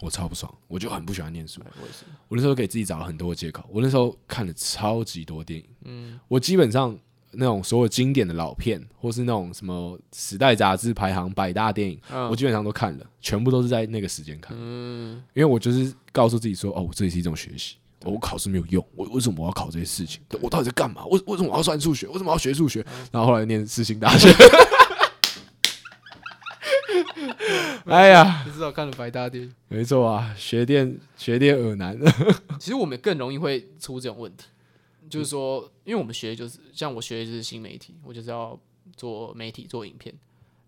Speaker 2: 我超不爽，我就很不喜欢念书，
Speaker 1: 哎，我也是，
Speaker 2: 我那时候给自己找了很多借口，我那时候看了超级多电影，嗯，我基本上那种所有经典的老片，或是那种什么时代杂志排行百大电影，
Speaker 1: 嗯
Speaker 2: 我基本上都看了，全部都是在那个时间看，嗯，因为我就是告诉自己说，哦，我这也是一种学习。哦我考试没有用，我为什么我要考这些事情？我到底在干嘛？为为什么我要算数学？为什么我要学数学？
Speaker 1: 嗯
Speaker 2: 然后后来念世新 大学， 哎呀，
Speaker 1: 你至少看了白大电影，
Speaker 2: 没错啊，学电学电耳难，
Speaker 1: 其实我们更容易会出这种问题，就是说，因为我们学的就是像我学的就是新媒体，我就是要做媒体做影片。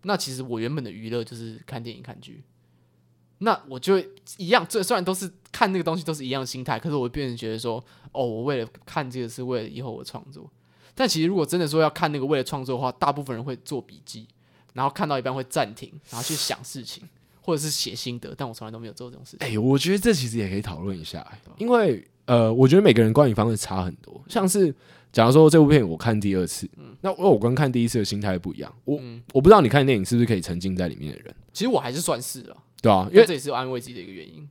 Speaker 1: 那其实我原本的娱乐就是看电影看剧，那我就会一样，这虽然都是看那个东西都是一样的心态，可是我会变成觉得说，哦，我为了看这个是为了以后我创作。但其实如果真的说要看那个为了创作的话，大部分人会做笔记，然后看到一半会暂停，然后去想事情，或者是写心得。但我从来都没有做这种事情。
Speaker 2: 哎、我觉得这其实也可以讨论一下、欸因为呃，我觉得每个人观影方式差很多。像是假如说这部片我看第二次，那哦我我跟看第一次的心态不一样。我、我不知道你看电影是不是可以沉浸在里面的人，
Speaker 1: 其实我还是算是了。
Speaker 2: 对啊，因
Speaker 1: 因为
Speaker 2: 为
Speaker 1: 这也是安慰自己的一个原因。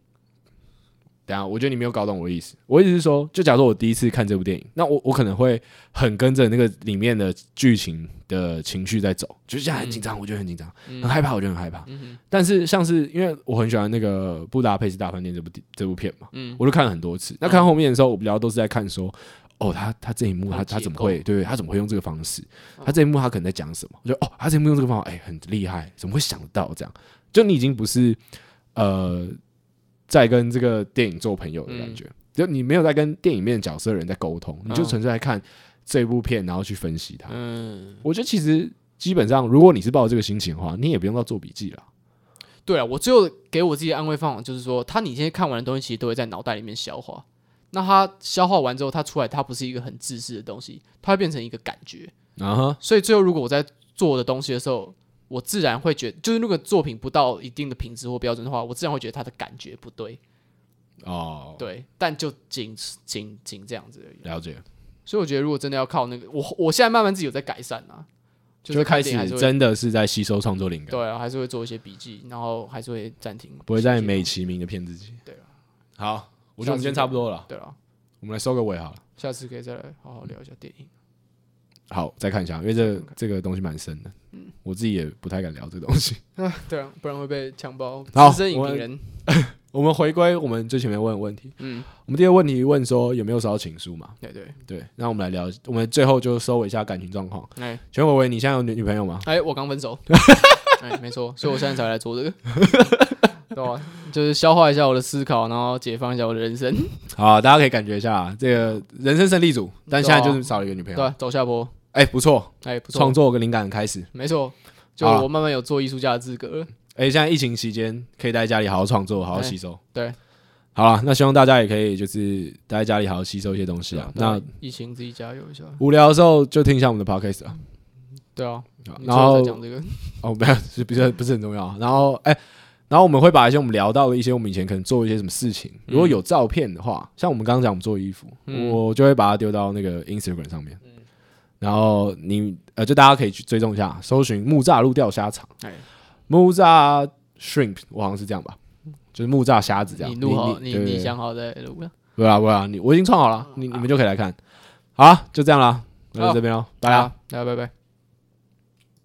Speaker 2: 等一下我觉得你没有搞懂我的意思。我意思是说，就假如说我第一次看这部电影，那我我可能会很跟着那个里面的剧情的情绪在走，就是现在很
Speaker 1: 嗯
Speaker 2: 紧张，我觉得很紧张；很害怕，我觉得很害怕。但是像是因为我很喜欢那个《布达佩斯大饭店》这部这部片嘛，
Speaker 1: 嗯
Speaker 2: 我就看了很多次。那看后面的时候，我比较都是在看说，哦，他他这一幕
Speaker 1: 他
Speaker 2: 他
Speaker 1: 的
Speaker 2: 他
Speaker 1: 结
Speaker 2: 怎么
Speaker 1: 构嗯
Speaker 2: 会对对，他怎么会用这个方式？他这一幕他可能在讲什么？我就哦，他这一幕用这个方法，哎、很厉害，怎么会想得到这样？就你已经不是呃，在跟这个电影做朋友的感觉，就你没有在跟电影里面的角色的人在沟通，你就
Speaker 1: 嗯
Speaker 2: 纯粹在看这部片，然后去分析它。
Speaker 1: 嗯，
Speaker 2: 我觉得其实基本上，如果你是抱着这个心情的话，你也不用到做笔记了。
Speaker 1: 对啊，我最后给我自己的安慰方法就是说，他你现在看完的东西，其实都会在脑袋里面消化。那它消化完之后，它出来，它不是一个很自私的东西，它会变成一个感觉。
Speaker 2: 啊哈，
Speaker 1: 所以最后，如果我在做我的东西的时候，我自然会觉就是那个作品不到一定的品质或标准的话，我自然会觉得它的感觉不对，
Speaker 2: 哦，
Speaker 1: 对，但就仅此仅仅这样子而已。
Speaker 2: 了解，
Speaker 1: 所以我觉得，如果真的要靠那个，我我现在慢慢自己有在改善啊，
Speaker 2: 就是开
Speaker 1: 看电影还
Speaker 2: 始
Speaker 1: 是会
Speaker 2: 真的是在吸收创作灵感，
Speaker 1: 对啊，还是会做一些笔记，然后还是会暂停，
Speaker 2: 不会再
Speaker 1: 没
Speaker 2: 美其名的骗自己。
Speaker 1: 对啊，
Speaker 2: 好，我觉得我们今
Speaker 1: 下次
Speaker 2: 天
Speaker 1: 再
Speaker 2: 差不多了，
Speaker 1: 对啊，
Speaker 2: 我们来收个尾好了。
Speaker 1: 下次可以再来好好聊一下电 影。
Speaker 2: 好，再看一下，因为这个这个东西蛮深的，
Speaker 1: 嗯
Speaker 2: 我自己也不太敢聊这个东西。
Speaker 1: 对啊，不然会被强暴。
Speaker 2: 好
Speaker 1: 资深影
Speaker 2: 我
Speaker 1: 评人，
Speaker 2: 我们回归我们最前面问的问题，
Speaker 1: 嗯，
Speaker 2: 我们第一个问题问说有没有收到情书嘛？
Speaker 1: 对对，
Speaker 2: 对，那我们来聊，我们最后就收尾一下感情状况。
Speaker 1: 哎
Speaker 2: 全伟伟，你现在有女女朋友吗？
Speaker 1: 哎，我刚分 手，哎，没错，所以我现在才来做这个， 对啊，就是消化一下我的思考，然后解放一下我的人生，
Speaker 2: 好啊，大家可以感觉一下啊这个人生胜利组，但现在就是少了一个女
Speaker 1: 嗯
Speaker 2: 朋
Speaker 1: 对
Speaker 2: 友。
Speaker 1: 啊，走下坡，
Speaker 2: 哎，不错，
Speaker 1: 哎，不
Speaker 2: 创
Speaker 1: 错，
Speaker 2: 作跟灵感的开始。
Speaker 1: 没错，就
Speaker 2: 好啊
Speaker 1: 我慢慢有做艺术家的资格了。
Speaker 2: 哎，现在疫情期间可以待在家里好好创作，好好吸收。
Speaker 1: 哎对，
Speaker 2: 好了，那希望大家也可以就是待在家里好好吸收一些东西啊。那
Speaker 1: 疫情自己加油一下，
Speaker 2: 无聊的时候就听一下我们的 podcast 啊。
Speaker 1: 对啊，你
Speaker 2: 然
Speaker 1: 最后
Speaker 2: 后
Speaker 1: 再讲这个，
Speaker 2: 哦，没有，是不是不是很重要。然后哎、然后我们会把一些我们聊到的一些我们以前可能做一些什么事情，如果有照片的话，像我们刚刚讲我们做衣服，
Speaker 1: 嗯
Speaker 2: 我就会把它丢到那个 Instagram 上面。然后你呃，就大家可以去追踪一下，搜寻木栅路钓虾场
Speaker 1: 哎，
Speaker 2: 木栅 shrimp，我好像是这样吧，就是木栅虾子这样。
Speaker 1: 你录好，
Speaker 2: 你
Speaker 1: 你
Speaker 2: 对
Speaker 1: 你
Speaker 2: 对
Speaker 1: 想好再录了，
Speaker 2: 对啊，对啊，你我已经创好了，你你们就可以来看。好啊，就这样啦，那就
Speaker 1: 好
Speaker 2: 这边喽，拜啦。
Speaker 1: 好，大家拜拜。